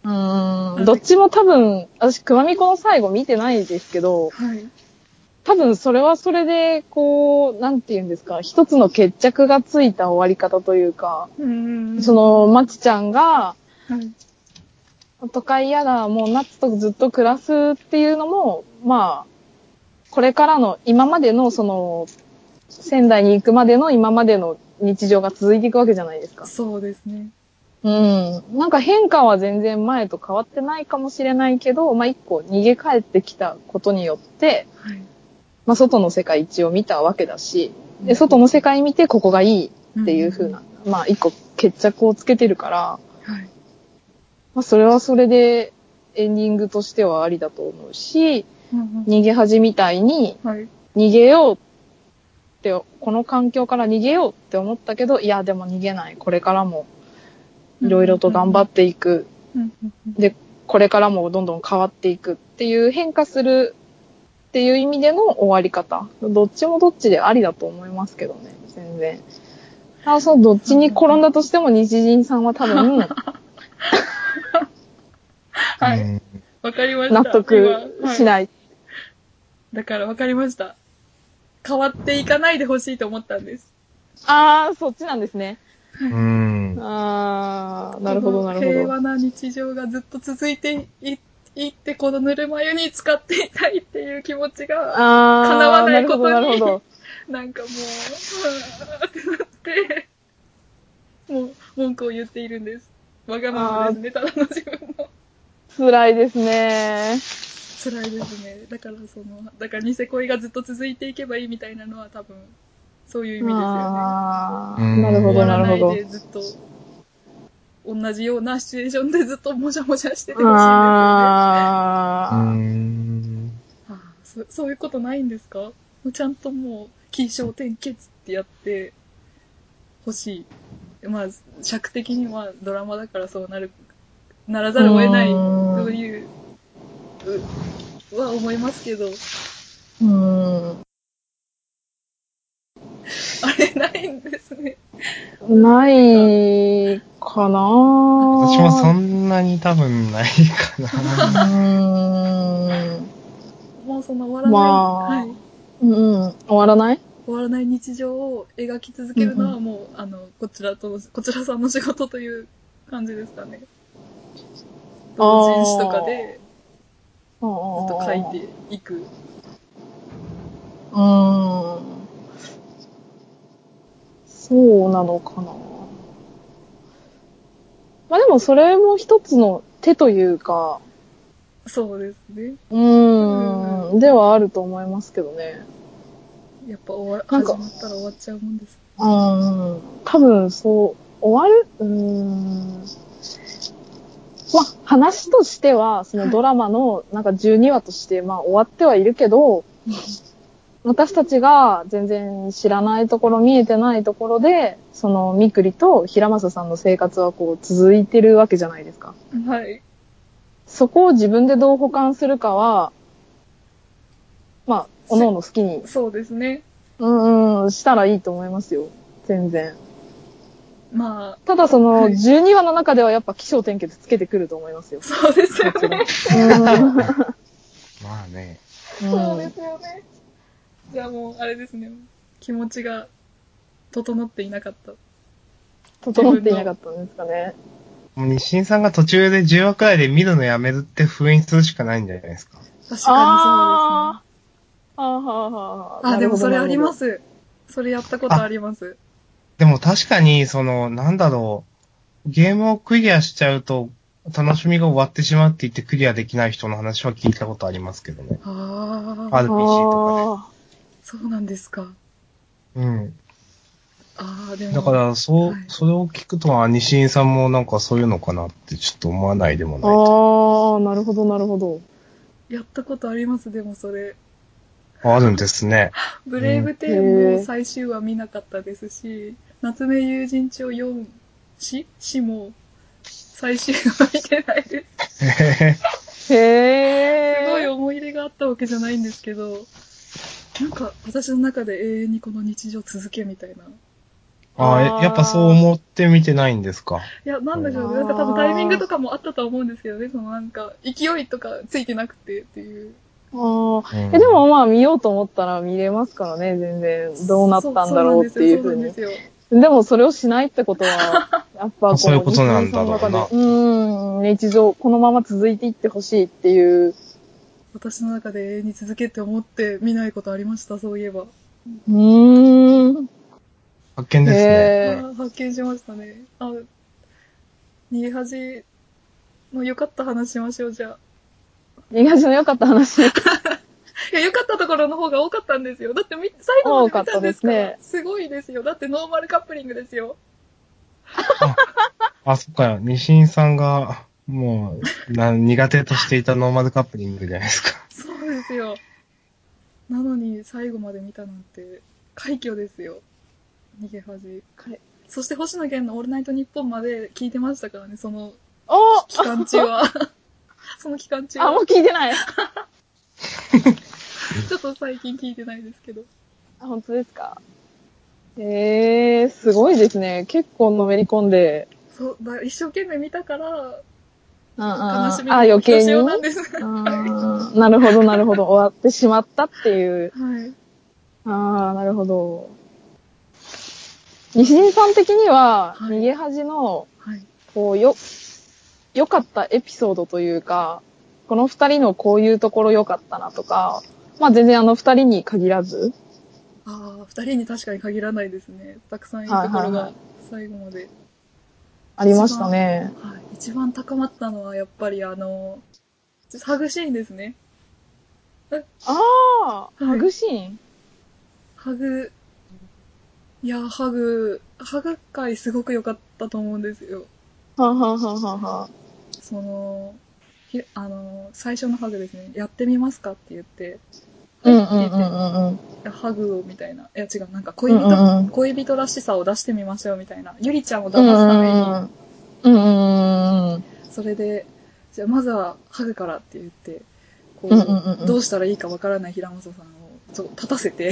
Speaker 3: うーんどっちも多分、私、熊みこの最後見てないですけど、
Speaker 1: はい。
Speaker 3: 多分それはそれで、こう、なんて言うんですか、一つの決着がついた終わり方というか、
Speaker 1: うん
Speaker 3: そ、の、まちちゃんが、
Speaker 1: はい。
Speaker 3: 都会やだ、もう夏とずっと暮らすっていうのも、まあ、これからの、今までの、その、仙台に行くまでの今までの日常が続いていくわけじゃないですか。
Speaker 1: そうですね。
Speaker 3: うん。なんか変化は全然前と変わってないかもしれないけど、まあ一個逃げ帰ってきたことによって、
Speaker 1: はい。
Speaker 3: まあ外の世界一応見たわけだし、で、外の世界見てここがいいっていう風な、まあ一個決着をつけてるから、
Speaker 1: うん。はい。
Speaker 3: まあそれはそれでエンディングとしてはありだと思うし、
Speaker 1: うんうん
Speaker 3: 逃げ恥みたいに
Speaker 1: はい。
Speaker 3: 逃げようって、この環境から逃げようって思ったけど、いや、でも逃げない。これからもいろいろと頑張っていく。
Speaker 1: うんうんうん
Speaker 3: で、これからもどんどん変わっていくっていう変化するっていう意味での終わり方。どっちもどっちでありだと思いますけどね、全然。あそのどっちに転んだとしても日人さんは多 分
Speaker 1: は
Speaker 2: う
Speaker 1: い。
Speaker 2: ん
Speaker 1: わかりました。
Speaker 3: 納得
Speaker 1: 今はい
Speaker 3: しない。
Speaker 1: だからわかりました。変わっていかないでほしいと思ったんです。
Speaker 3: ああ、そっちなんですね。
Speaker 2: うん。
Speaker 3: ああ、なるほ
Speaker 1: こ
Speaker 3: ど、
Speaker 1: の
Speaker 3: なるほ
Speaker 1: 平
Speaker 3: ど。
Speaker 1: 和な日常がずっと続いていいって、このぬるま湯に使っていたいっていう気持ちが、
Speaker 3: ああ、
Speaker 1: 叶わないことに
Speaker 3: なるほど、なるほど。
Speaker 1: なんかもう、うわーってなって、もう文句を言っているんです。わがままですね、ただの自分の。
Speaker 3: 辛いですね。
Speaker 1: 辛いですね。だからその、だからニセ恋がずっと続いていけばいいみたいなのは多分、そういう意味ですよね。
Speaker 3: ああ、
Speaker 2: うん
Speaker 3: なるほ
Speaker 1: 終
Speaker 3: ど、
Speaker 1: わ
Speaker 3: な
Speaker 1: ら
Speaker 3: る
Speaker 1: な
Speaker 3: ほ
Speaker 1: い
Speaker 3: ど
Speaker 1: で。ずっと、同じようなシチュエーションでずっともじゃもじゃしててほしいんですよね。あ
Speaker 2: う
Speaker 3: あ
Speaker 2: ん。
Speaker 1: あそそういうことないんですかもうちゃんともう、起承転結ってやってほしい。まあ、尺的にはドラマだからそうなる、ならざるを得ない
Speaker 3: うん
Speaker 1: という、うは思いますけど、
Speaker 3: ー、うん。
Speaker 1: あれないんですね。
Speaker 3: ないかな
Speaker 2: 私もそ
Speaker 3: ん
Speaker 2: んなに多分ないかな。
Speaker 1: もうその終わらない、
Speaker 3: まあ
Speaker 1: はい、
Speaker 3: うん。うん、終わらない
Speaker 1: 終わらない日常を描き続けるのはもう、あの、こちらと、こちらさんの仕事という感じですかね。同人誌とかで
Speaker 3: ずっ
Speaker 1: ずっと書いていく。
Speaker 3: うーん。そうなのかな。まあでもそれも一つの手というか、
Speaker 1: そうですね。
Speaker 3: うーん、ではあると思いますけどね。
Speaker 1: やっぱ終わ
Speaker 3: なん
Speaker 1: 始
Speaker 3: か
Speaker 1: まったら終わっちゃうもんです。
Speaker 3: うーん、多分そう、終わるうーん。まあ話としては、そのドラマのなんか12話として、まあ終わってはいるけど、私たちが全然知らないところ、見えてないところで、そのみくりと平正さんの生活はこう続いてるわけじゃないですか。
Speaker 1: はい。
Speaker 3: そこを自分でどう保管するかは、まあ、おのおの好きに、
Speaker 1: そうですね。
Speaker 3: うんうん、したらいいと思いますよ。全然。
Speaker 1: まあ、
Speaker 3: ただその、
Speaker 1: はい
Speaker 3: 12話の中ではやっぱ気象転結つけてくると思いますよ。
Speaker 1: そうですよ
Speaker 3: もち
Speaker 1: ね。
Speaker 3: ろん。うん
Speaker 2: まあね。
Speaker 1: そうですよね。じゃあもう、あれですね。気持ちが整っていなかった。
Speaker 3: 整っていなかったんですかね。
Speaker 2: もう西井さんが途中で10話くらいで見るのやめるって封印するしかないんじゃないですか。
Speaker 1: 確かにそうですね。
Speaker 3: あーあーはーはーはー
Speaker 1: あ、でもそれありま。
Speaker 3: なる
Speaker 1: す。それやったことあります。
Speaker 2: でも確かに、その、なんだろう、ゲームをクリアしちゃうと、楽しみが終わってしまうって言ってクリアできない人の話は聞いたことありますけどね。
Speaker 1: ああ、
Speaker 2: RPG
Speaker 3: ほど
Speaker 2: と
Speaker 3: あ
Speaker 1: そうなんですか。
Speaker 2: かね。うん。
Speaker 1: ああ、でも。
Speaker 2: だから、そう、
Speaker 1: はい
Speaker 2: それを聞くと、あ、西井さんもなんかそういうのかなってちょっと思わないで
Speaker 3: ー
Speaker 2: もないと。
Speaker 3: あー、なるほど、なるほど。
Speaker 1: やったことあります、でもそれ。
Speaker 2: あるんですね。
Speaker 1: ブレイブテンも最終話見なかったですし、夏目友人帳4、ししも最終話見てないです。
Speaker 3: へ
Speaker 1: すごい
Speaker 3: え。
Speaker 1: 思い出があったわけじゃないんですけど、なんか私の中で永遠にこの日常続けみたいな。
Speaker 2: あえやっぱそう思って見てないんですか。
Speaker 1: いや、なんでしょうね。な
Speaker 3: あー
Speaker 1: んか多分タイミングとかもあったと思うんですけどね。そのなんか、勢いとかついてなくてっていう。
Speaker 3: あー
Speaker 2: うん
Speaker 3: えでもまあ見ようと思ったら見れますからね、全然。どうなったんだろうっていうふ
Speaker 1: そう
Speaker 3: う
Speaker 1: なんで
Speaker 3: に。
Speaker 1: すよ。そうなんですよ
Speaker 3: でもそれをしないってこと は、やっぱこ
Speaker 2: そういうことなんだろうな
Speaker 3: 日常の中でうん、日常、このまま続いていってほしいっていう。
Speaker 1: 私の中で永遠に続けって思って見ないことありました、そういえば。
Speaker 3: うーん。
Speaker 2: 発見ですね。
Speaker 3: へー
Speaker 1: あ発見しましたね。あ、逃げ恥の良かった話しましょう、じゃあ。
Speaker 3: 逃がしの良かった話。
Speaker 1: いや、良かったところの方が多かったんですよ。だってみ、最後まで見たんですから
Speaker 3: 多かったです
Speaker 1: ごいですよ。だってノーマルカップリングですよ。
Speaker 2: あ、そっか、西井さんが、もう、な、苦手としていたノーマルカップリングじゃないですか。
Speaker 1: そうですよ。なのに、最後まで見たなんて、快挙ですよ。逃げ恥。
Speaker 3: はい
Speaker 1: そして、星野源のオールナイトニッポンまで聞いてましたからね、その
Speaker 3: お
Speaker 1: 期間中 は。その期間中
Speaker 3: あ、もう
Speaker 1: は。
Speaker 3: 聞いてない。
Speaker 1: ちょっと最近聞いてないですけど。
Speaker 3: あ、本当ですか。えー、すごいですね。結構のめり込んで。
Speaker 1: そう、だ一生懸命見たから、
Speaker 3: うんうんうん
Speaker 1: 悲しみ
Speaker 3: あ、余計に。
Speaker 1: よ
Speaker 3: う
Speaker 1: なんです。は
Speaker 3: んなるほど、なるほど。終わってしまったっていう。
Speaker 1: い。
Speaker 3: ああ、なるほど。西陣さん的には、
Speaker 1: はい
Speaker 3: 逃げ恥の、
Speaker 1: はい。
Speaker 3: こう、よ、良かったエピソードというか、この二人のこういうところ良かったなとか、まあ全然あの二人に限らず、
Speaker 1: ああ、二人に確かに限らないですね。たくさんいるとこ
Speaker 3: は
Speaker 1: ろ
Speaker 3: いはいは
Speaker 1: が
Speaker 3: い
Speaker 1: 最後まで。
Speaker 3: ありましたね。
Speaker 1: はい。一番高まったのはやっぱりあの、ハグシーンですね。
Speaker 3: ああ、
Speaker 1: い
Speaker 3: ハグシーン。
Speaker 1: ハグ、いや、ハグ、ハグ会すごく良かったと思うんですよ。
Speaker 3: はあ、はあはあはあはあ、
Speaker 1: その、ひあの、最初のハグですね。やってみますかって言って、
Speaker 3: うんうんうんうんうん。
Speaker 1: いやハグをみたいな。いや、違う、なんか恋人、
Speaker 3: うんうんうん
Speaker 1: 恋人らしさを出してみましょうみたいな。ゆりちゃんを
Speaker 3: うん
Speaker 1: 騙すために、
Speaker 3: うんうんうん。
Speaker 1: それで、じゃあまずはハグからって言って、こう、
Speaker 3: うんうんうんうん
Speaker 1: どうしたらいいかわからない平本さんをちょっと立たせて、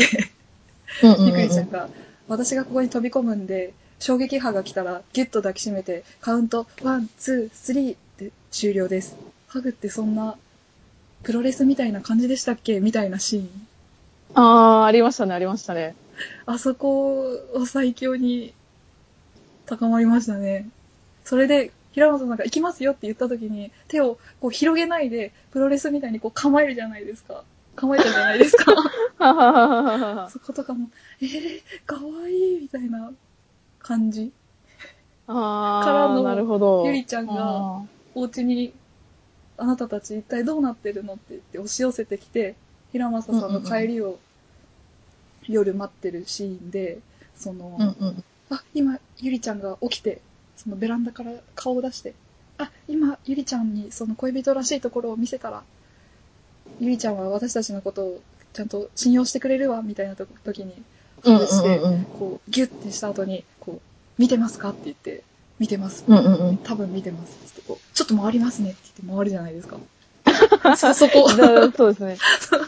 Speaker 3: うんうんうん
Speaker 1: ゆくりちゃんが、私がここに飛び込むんで、衝撃波が来たらギュッと抱きしめて、カウント、ワン、ツー、スリーって終了です。ハグってそんな、プロレスみたいな感じでしたっけみたいなシーン。
Speaker 3: ああ、ありましたね、ありましたね。
Speaker 1: あそこを最強に高まりましたね。それで、平本さんが行きますよって言った時に、手をこう広げないで、プロレスみたいにこう構えるじゃないですか。構えたじゃないですか。
Speaker 3: はははははは
Speaker 1: そことかも、えー、かわいいみたいな感じ。
Speaker 3: ああ、
Speaker 1: からの
Speaker 3: なるほど。
Speaker 1: ゆりちゃんが
Speaker 3: あ
Speaker 1: お家に、あなたたち一体どうなってるのって言って押し寄せてきて、平正さんの帰りを夜待ってるシーンで、その、
Speaker 3: ー、うんうん。
Speaker 1: あ、今、ゆりちゃんが起きて、そのベランダから顔を出して、あ、今、ゆりちゃんにその恋人らしいところを見せたら、ゆりちゃんは私たちのことをちゃんと信用してくれるわ、みたいなと時に、
Speaker 3: うん
Speaker 1: ハグして、
Speaker 3: うんうん
Speaker 1: こう、ギュッてした後に、こう、見てますかって言って、見てます。
Speaker 3: うんうんうん。
Speaker 1: 多分見てます。つってこう、ちょっと回りますねって言って回るじゃないですか。そ、そこ、
Speaker 3: だそうですね。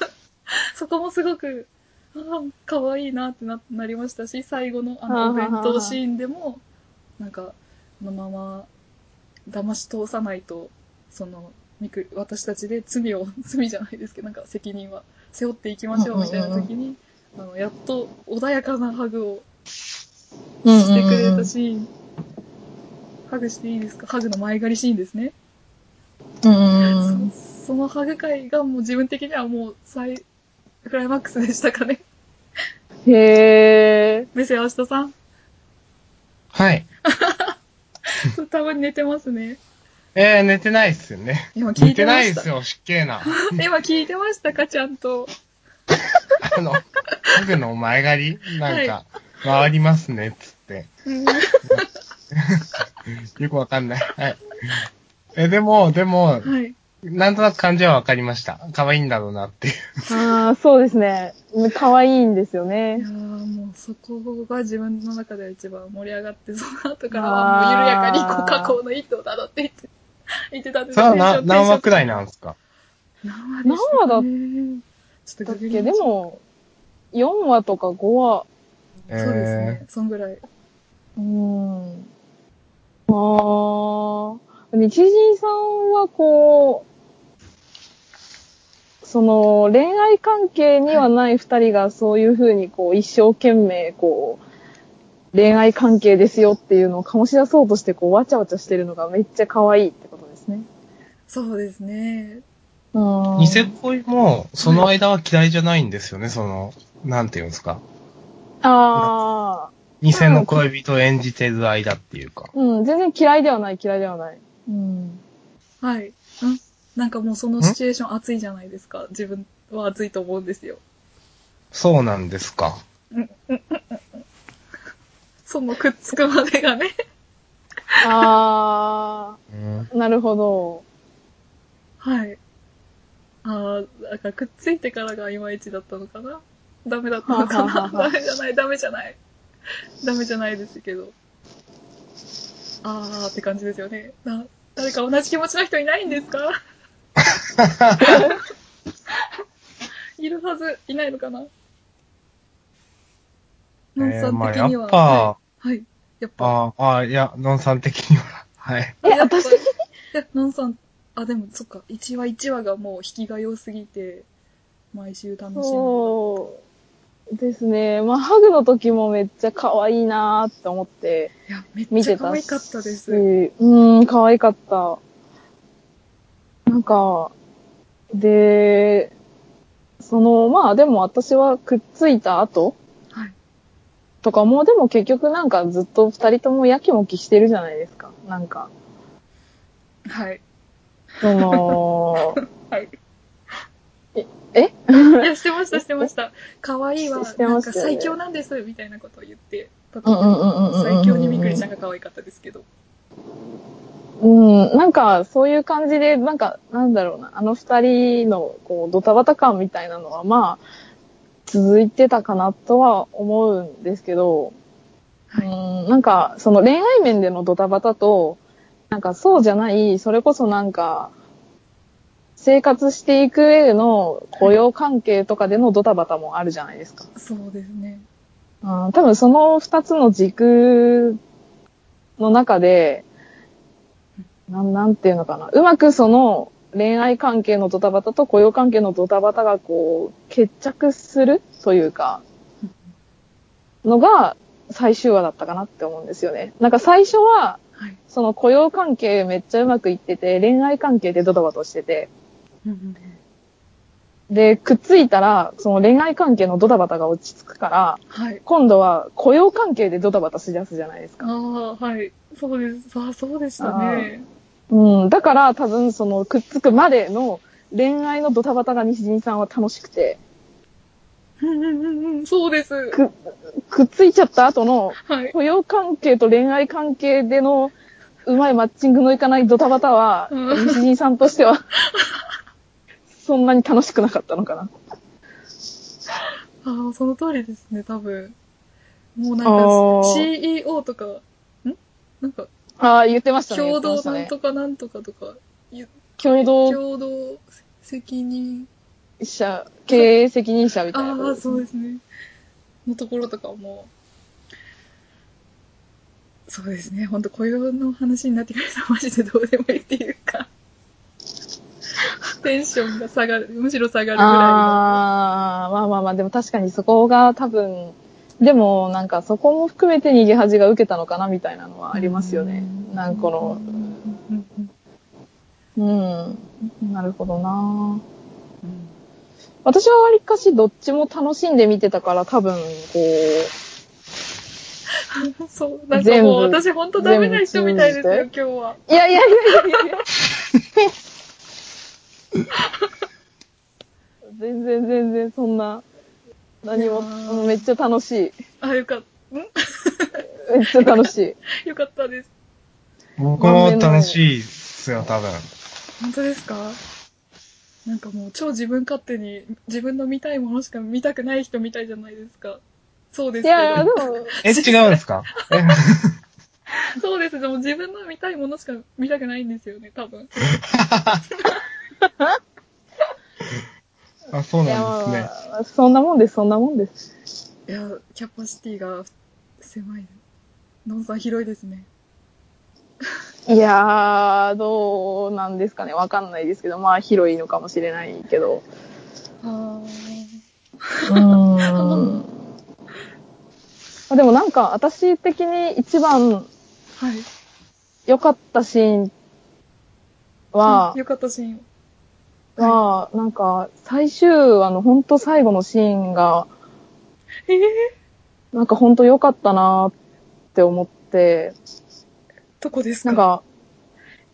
Speaker 1: そこもすごく、ああ、かわいいなってななりましたし、最後のあ
Speaker 3: はあ
Speaker 1: のお
Speaker 3: はあはあ
Speaker 1: 弁当シーンでも、なんか、このまま、騙し通さないと、その、みく私たちで罪を、 罪じゃないですけど、なんか責任は背負っていきましょうみたいな時に、あの、やっと穏やかなハグをしてくれたシーン。ハグしていいですかハグの前借りシーンですね。
Speaker 3: うんうんうん。
Speaker 1: そそのハグ会がもう自分的にはもう最、クライマックスでしたかね。
Speaker 3: へえ。
Speaker 1: 目線明日 さん。
Speaker 2: はい。
Speaker 1: たまに寝てますね。
Speaker 2: えー、寝てないっすよね。
Speaker 1: 今聞い
Speaker 2: 寝
Speaker 1: て
Speaker 2: て
Speaker 1: ま
Speaker 2: ない
Speaker 1: し
Speaker 2: っす
Speaker 1: た。
Speaker 2: よ、失敬な。
Speaker 1: 今聞いてましたか、ちゃんと。
Speaker 2: あの、僕の前借りなんか、回りますね、つって。
Speaker 1: うん
Speaker 2: よくわかんない。はい。え、でも、で
Speaker 1: は
Speaker 2: も、
Speaker 1: い。
Speaker 2: なんとなく感じはわかりました。可愛いんだろうなっていう。
Speaker 3: ああ、そうですね。可愛いんですよ
Speaker 1: いや
Speaker 3: ね
Speaker 1: ー。もうそこが自分の中で一番盛り上がって、その後からはもう緩やかにこう加工の一頭だろって言って、 言ってたんです
Speaker 2: さあ、な、何話くらい
Speaker 1: な
Speaker 2: なんですか
Speaker 1: 何話
Speaker 3: 何話だっ
Speaker 1: ちょっ
Speaker 3: だ
Speaker 1: と
Speaker 3: っ
Speaker 1: ググ
Speaker 3: け
Speaker 1: り
Speaker 3: で
Speaker 1: ましょう
Speaker 3: も、4話とか5話。
Speaker 1: そうですね。そんぐらい。
Speaker 3: うん。ああ。日人さんはこう、その恋愛関係にはない二人がそういうふうにこう一生懸命こう恋愛関係ですよっていうのを醸し出そうとしてこうわちゃわちゃしてるのがめっちゃ可愛いってことですね。
Speaker 1: そうですね。
Speaker 3: うん。
Speaker 2: ニセ恋も、その間は嫌いじゃないんですよね、その、なんていうんですか。
Speaker 3: ああ。
Speaker 2: 偽の恋人を演じてる間っていうか。
Speaker 3: うん、全然嫌いではない嫌いではない。うん。
Speaker 1: はい。んなんかもうそのシチュエーション熱いじゃないですか。自分は熱いと思うんですよ。
Speaker 2: そうなんですか。
Speaker 1: そのくっつくまでがね。
Speaker 3: あ
Speaker 2: うん。
Speaker 3: ー、なるほど。
Speaker 1: はい。ああ、なんかくっついてからがいまいちだったのかなダメだったのか
Speaker 3: はあは
Speaker 1: な
Speaker 3: あはあ
Speaker 1: ダメじゃない、ダメじゃない。ダメじゃないですけど。あーって感じですよね。な、誰か同じ気持ちの人いないんです かいるはず、いないのかなノン
Speaker 2: え
Speaker 1: さ
Speaker 2: ー、
Speaker 1: ん
Speaker 2: まあ
Speaker 1: 的
Speaker 2: や
Speaker 1: に
Speaker 2: っ
Speaker 1: は。
Speaker 2: ぱ、
Speaker 1: はい。はいやっぱ。
Speaker 2: ああ、いや、ノンさん的には、はい。
Speaker 3: え、私的に
Speaker 1: え、ノンさん、あ、でもそっか、1話1話がもう引きが良すぎて、毎週楽しみ。
Speaker 3: そうですね。まあ、ハグの時もめっちゃ可愛いなーって思って
Speaker 1: いや、めっ
Speaker 3: 見
Speaker 1: ち
Speaker 3: て
Speaker 1: ゃ可
Speaker 3: た
Speaker 1: 愛
Speaker 3: し。
Speaker 1: かったです。
Speaker 3: うん、可愛かった。なんか、で、その、まあでも私はくっついた後
Speaker 1: はい。
Speaker 3: とかも、でも結局なんかずっと二人ともやきもきしてるじゃないですか。なんか、
Speaker 1: はい。
Speaker 3: その、
Speaker 1: はい。
Speaker 3: え
Speaker 1: いや、してました、してました。可愛いは、
Speaker 3: して
Speaker 1: なん
Speaker 3: ました
Speaker 1: か
Speaker 3: よね
Speaker 1: 最強なんです、みたいなことを言ってた
Speaker 3: う
Speaker 1: 時
Speaker 3: んうんうんうんうんうんうん
Speaker 1: 最強にみくりちゃんが可愛かったですけど。
Speaker 3: うん、なんか、そういう感じで、なんか、なんだろうな、あの二人の、こう、ドタバタ感みたいなのは、まあ、続いてたかなとは思うんですけど、うん、なんか、その恋愛面でのドタバタと、なんかそうじゃない、それこそなんか、生活していく上での雇用関係とかでのドタバタもあるじゃないですか。
Speaker 1: そうですね。
Speaker 3: うん多分その二つの軸の中で、なん、なんていうのかな。うまくその恋愛関係のドタバタと雇用関係のドタバタがこう、決着するというか、のが最終話だったかなって思うんですよね。なんか最初は、
Speaker 1: はい。
Speaker 3: その雇用関係めっちゃうまくいってて、恋愛関係でドタバタしてて、で、くっついたら、その恋愛関係のドタバタが落ち着くから、
Speaker 1: はい。
Speaker 3: 今度は雇用関係でドタバタしだすじゃないです
Speaker 1: あ
Speaker 3: か。
Speaker 1: あ、はい。そうです。ああ、そうでしたね。
Speaker 3: うん。だから多分そのくっつくまでの恋愛のドタバタが西陣さんは楽しくて、
Speaker 1: うんうんうんうん、そうです。
Speaker 3: くくっついちゃった後の
Speaker 1: はい。
Speaker 3: 雇用関係と恋愛関係でのうまいマッチングのいかないドタバタは、
Speaker 1: うん
Speaker 3: 西陣さんとし てはそんなに楽しくなかったのかな。
Speaker 1: ああ、その通りですね、多分。もうなん
Speaker 3: あ
Speaker 1: か、
Speaker 3: ー
Speaker 1: CEO とか、んなんか、
Speaker 3: ああ、言ってましたね。
Speaker 1: 共
Speaker 3: 言
Speaker 1: 同
Speaker 3: ってま
Speaker 1: なん
Speaker 3: した
Speaker 1: と
Speaker 3: ね
Speaker 1: かなんとかとか、ゆ
Speaker 3: 共同
Speaker 1: 共同責任。
Speaker 3: 者、経営責任者みたいなこと
Speaker 1: ああ、
Speaker 3: です
Speaker 1: そ
Speaker 3: ね、
Speaker 1: うですね。のところとかも、そうですね。ほんと雇用の話になってくる とマジでどうでもいいっていうか、テンションが下がる、むしろ下がるぐらいの。
Speaker 3: ああー、まあまあまあ、でも確かにそこが多分、でもなんかそこも含めて逃げ恥が受けたのかなみたいなのはありますよね。なんかこの、
Speaker 1: うんうん
Speaker 3: うん、なるほどな
Speaker 1: うん
Speaker 3: 私はわりかしどっちも楽しんで見てたから多分、こ
Speaker 1: そう、なんかもう
Speaker 3: 全部
Speaker 1: 私ほんとダメな人みたいですよ、
Speaker 3: 全
Speaker 1: 今日は。
Speaker 3: う、いやいやいやいやいや全然全然そんな、何も、
Speaker 1: いやー
Speaker 3: うんめっちゃ楽しい。
Speaker 1: あ、よかっ
Speaker 3: めっちゃ楽しい。
Speaker 1: た、よかったです。
Speaker 2: 僕も楽しいっすよ、多分。
Speaker 1: 本当ですかなんかもう超自分勝手に自分の見たいものしか見たくない人みたいじゃないですか。そうです
Speaker 3: い
Speaker 1: けど。
Speaker 3: やいや、でも、
Speaker 2: え、違うんですかえ
Speaker 1: そうです。でも自分の見たいものしか見たくないんですよね、多分。
Speaker 2: あ、そう
Speaker 3: いや
Speaker 2: なんですね。
Speaker 3: まあそんなもんです、そんなもんです。
Speaker 1: いや、キャパシティが狭い。ノンさん広いですね。
Speaker 3: いやー、どうなんですかね。わかんないですけど、まあ、広いのかもしれないけど。
Speaker 1: あ
Speaker 3: うん。でもなんか、私的に一
Speaker 1: あ。
Speaker 3: 番
Speaker 1: はい。
Speaker 3: 良かったシーンは
Speaker 1: うん、よかったシーン。
Speaker 3: は、なんか、最終話のほんと最後のシーンが、
Speaker 1: ええ
Speaker 3: なんかほんと良かったなーって思って、
Speaker 1: どこですか
Speaker 3: なんか、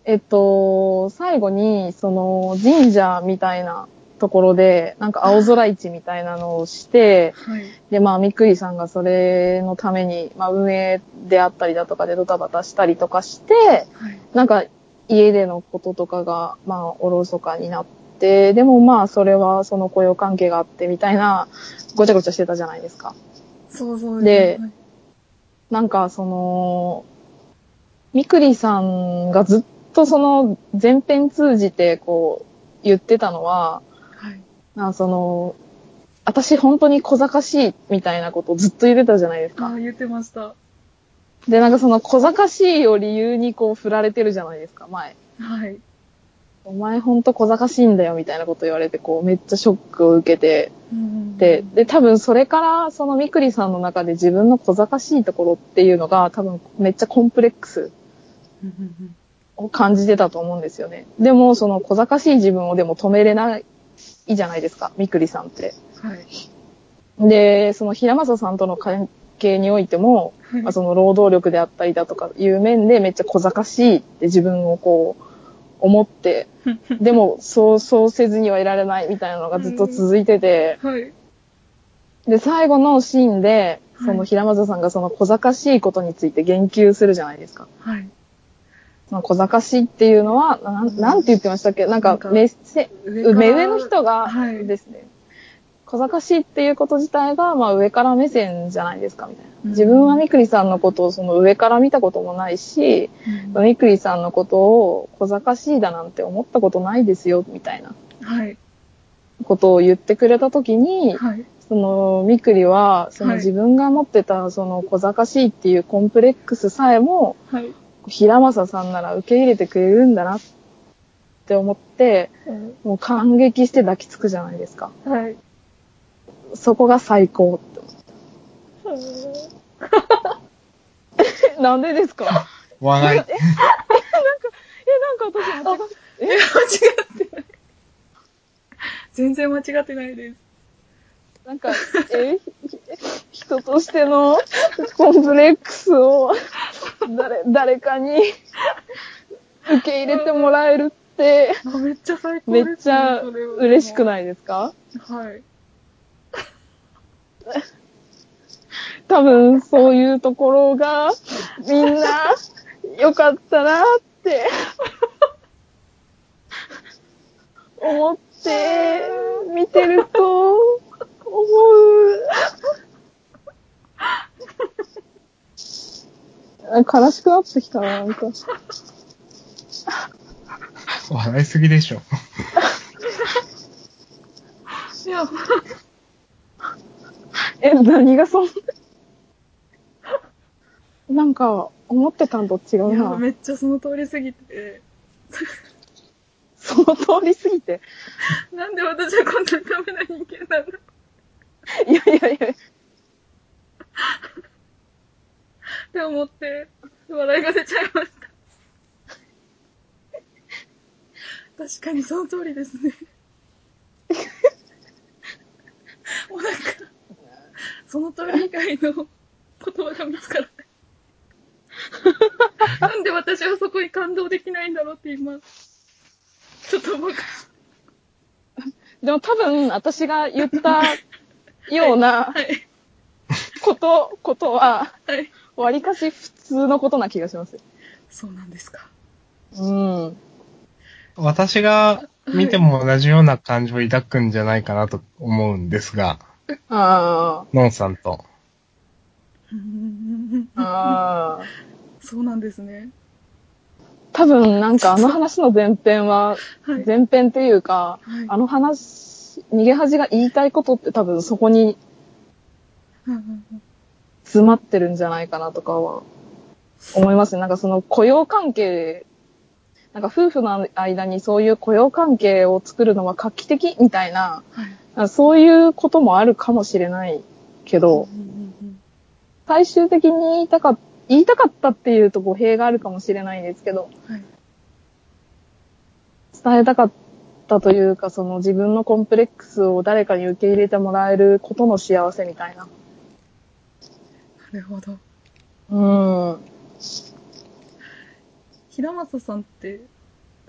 Speaker 3: えっと、最後に、その、神社みたいなところで、なんか青空市みたいなのをして、
Speaker 1: はい。
Speaker 3: で、まあ、みっくりさんがそれのために、まあ、運営であったりだとかでドタバタしたりとかして、
Speaker 1: はい。
Speaker 3: なんか、家でのこととかが、まあ、おろそかになって、でもまあ、それはその雇用関係があって、みたいな、ごちゃごちゃしてたじゃないですか。
Speaker 1: そうそう
Speaker 3: で
Speaker 1: はい
Speaker 3: なんか、その、みくりさんがずっとその、前編通じて、こう、言ってたのは、
Speaker 1: はい。
Speaker 3: なんかその、私本当に小賢しいみたいなことをずっと言ってたじゃないです
Speaker 1: あ
Speaker 3: か
Speaker 1: あ、。言ってました。
Speaker 3: で、なんかその小賢しいを理由にこう振られてるじゃないですか、前。
Speaker 1: はい。
Speaker 3: お前ほんと小賢しいんだよみたいなこと言われて、こうめっちゃショックを受けて、
Speaker 1: うん
Speaker 3: で、で、多分それからそのみくりさんの中で自分の小賢しいところっていうのが多分めっちゃコンプレックス
Speaker 1: うんうん
Speaker 3: を感じてたと思うんですよね。でもその小賢しい自分をでも止めれないじゃないですか、みくりさんって。
Speaker 1: うんはい。
Speaker 3: で、その平正さんとの関係においても、
Speaker 1: はい
Speaker 3: まあ、その労働力であったりだとかいう面でめっちゃ小賢しいって自分をこう 思って、でもそう、そうせずにはいられないみたいなのがずっと続いてて、
Speaker 1: はい。
Speaker 3: で、最後のシーンで、そ
Speaker 1: は
Speaker 3: の
Speaker 1: い
Speaker 3: 平松さんがその小賢しいことについて言及するじゃないですか。
Speaker 1: はい。
Speaker 3: その小賢しいっていうのは、なんなんて言ってましたっけなん
Speaker 1: な
Speaker 3: か
Speaker 1: んか
Speaker 3: 目線、
Speaker 1: 上から
Speaker 3: 目上の人が
Speaker 1: はい
Speaker 3: ですね、小賢しいっていうこと自体が、まあ上から目線じゃないですか、みた
Speaker 1: う
Speaker 3: いな。
Speaker 1: ん
Speaker 3: 自分はみくりさんのことをその上から見たこともないし、
Speaker 1: うん
Speaker 3: みくりさんのことを小賢しいだなんて思ったことないですよ、みたいな
Speaker 1: はい。
Speaker 3: ことを言ってくれたときに、
Speaker 1: はい。
Speaker 3: そのみくりは、その
Speaker 1: はい
Speaker 3: 自分が持ってたその小賢しいっていうコンプレックスさえも、
Speaker 1: はい。
Speaker 3: 平正さんなら受け入れてくれるんだなって思って、もう感激して抱きつくじゃないですか。
Speaker 1: はい。
Speaker 3: そこが最高って思って。なんでですか
Speaker 2: 笑い。
Speaker 3: え、なんか私間違っ
Speaker 1: え、間違ってない。全然間違ってないです。
Speaker 3: なんか、え、ひ人としてのコンプレックスを誰、誰かに受け入れてもらえるって、
Speaker 1: あめっちゃ最高
Speaker 3: め
Speaker 1: です、ね。
Speaker 3: っちゃ
Speaker 1: それは
Speaker 3: 嬉しくないですか
Speaker 1: はい。
Speaker 3: 多分そういうところが、みんな、よかったなって、思って、見てると、思う。悲しくなってきたな、なんか。
Speaker 2: 笑いすぎでしょ。
Speaker 1: いや、
Speaker 3: え、何がそんな。なんか、思ってたんと違
Speaker 1: いうや
Speaker 3: な。
Speaker 1: めっちゃその通りすぎて、
Speaker 3: その通りすぎて。
Speaker 1: なんで私はこんなダメな人間なんだ
Speaker 3: いやいやいや。
Speaker 1: って思って、笑いが出ちゃいました。確かにその通りですね。もうなんか、その通り以外の言葉が見つからない。なんで私はそこに感動できないんだろうって今、ちょっと思うか
Speaker 3: でも多分、私が 言ったような
Speaker 1: はい。
Speaker 3: こと、ことは、
Speaker 1: はい。
Speaker 3: わりかし普通のことな気がします。
Speaker 1: そうなんですか。
Speaker 3: うん。
Speaker 2: 私が見ても同じような感情を抱くんじゃないかなと思うんですが、
Speaker 3: あ
Speaker 2: ノンさんと。
Speaker 3: あ、ああ。
Speaker 1: そうなんですね。
Speaker 3: 多分、なんかあの話の前編は、
Speaker 1: はい。
Speaker 3: 前編っていうか、
Speaker 1: はい
Speaker 3: あの話、逃げ恥が言いたいことって多分そこに
Speaker 1: うんうんうん
Speaker 3: 詰まってるんじゃないかなとかは思いますね。なんかその雇用関係、なんか夫婦の間にそういう雇用関係を作るのは画期的みたいな、
Speaker 1: はい。
Speaker 3: そういうこともあるかもしれないけど
Speaker 1: う、んうんうん
Speaker 3: 最終的に言いたかっ言いたかったっていうと語弊があるかもしれないんですけど、
Speaker 1: はい。
Speaker 3: 伝えたかったというか、その自分のコンプレックスを誰かに受け入れてもらえることの幸せみたいな。
Speaker 1: なるほど。
Speaker 3: うん。
Speaker 1: 平松さんって、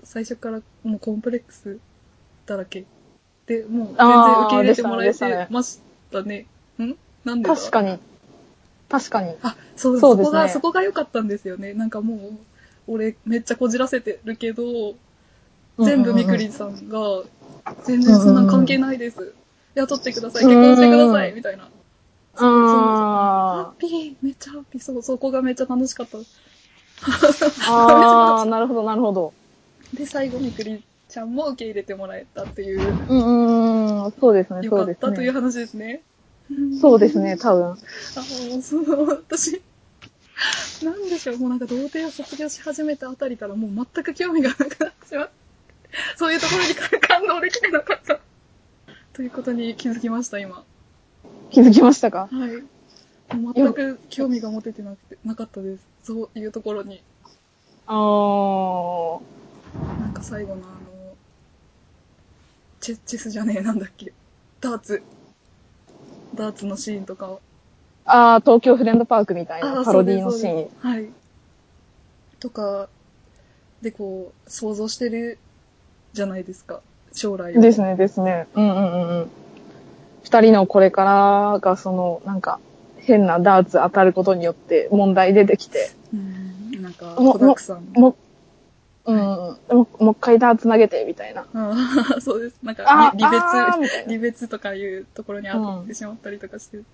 Speaker 1: 最初からもうコンプレックスだらけで、もう全然
Speaker 3: あー
Speaker 1: 受け入れてもらえ
Speaker 3: でしたねでしてたね
Speaker 1: ましたね。んなんでだ
Speaker 3: 確かに。確かに。
Speaker 1: あ、そう
Speaker 3: そ
Speaker 1: そう
Speaker 3: です
Speaker 1: こ
Speaker 3: ね
Speaker 1: が、そこが良かったんですよね。なんかもう、俺めっちゃこじらせてるけど、全部みくりさんが、全然そんなん関係ないです。雇ってください、結婚してください、みたいな。ハ
Speaker 3: あ
Speaker 1: ッピー、めっちゃハッピー、そう、そこがめっちゃ楽しかった。
Speaker 3: ーあ ー、なるほど、なるほど。
Speaker 1: で、最後みくりちゃんも受け入れてもらえたっていう、
Speaker 3: うんうんうん、そうですね、
Speaker 1: 良
Speaker 3: そ
Speaker 1: か
Speaker 3: う
Speaker 1: っ
Speaker 3: で
Speaker 1: た
Speaker 3: す
Speaker 1: という
Speaker 3: ね。
Speaker 1: 話ですね。
Speaker 3: そうですね、多分。
Speaker 1: あの、その、私、なんでしょう、もうなんか童貞を卒業し始めたあたりからもう全く興味がなくなってしまって、そういうところに感動できてなかった。ということに気づきました、今。
Speaker 3: 気づきましたか
Speaker 1: はい。もう全く興味が持ててなくて、なかったです。そういうところに。
Speaker 3: あー。
Speaker 1: なんか最後のあの、チェチェスじゃねえ、なんだっけ。ダーツ。ダーツのシーンとかを。
Speaker 3: あー、東京フレンドパークみたい
Speaker 1: あ
Speaker 3: な
Speaker 1: ー
Speaker 3: パロディのシ
Speaker 1: そう
Speaker 3: ー
Speaker 1: で
Speaker 3: ン
Speaker 1: す。はい。とか、でこう、想像してるじゃないですか。将来を。
Speaker 3: ですね、ですね。うんうんうんうん。二人のこれからが、その、なんか、変なダーツ当たることによって問題出てきて、
Speaker 1: うん。なんか、
Speaker 3: も
Speaker 1: 子だくさん。
Speaker 3: も、うん、ももう一回ダーツ投げて、みたいな。
Speaker 1: ああ そうです。なんか、
Speaker 3: あ
Speaker 1: り離
Speaker 3: あーみ
Speaker 1: 別
Speaker 3: たい、な
Speaker 1: 離別とかいうところに当たってしまったりとかして、
Speaker 3: う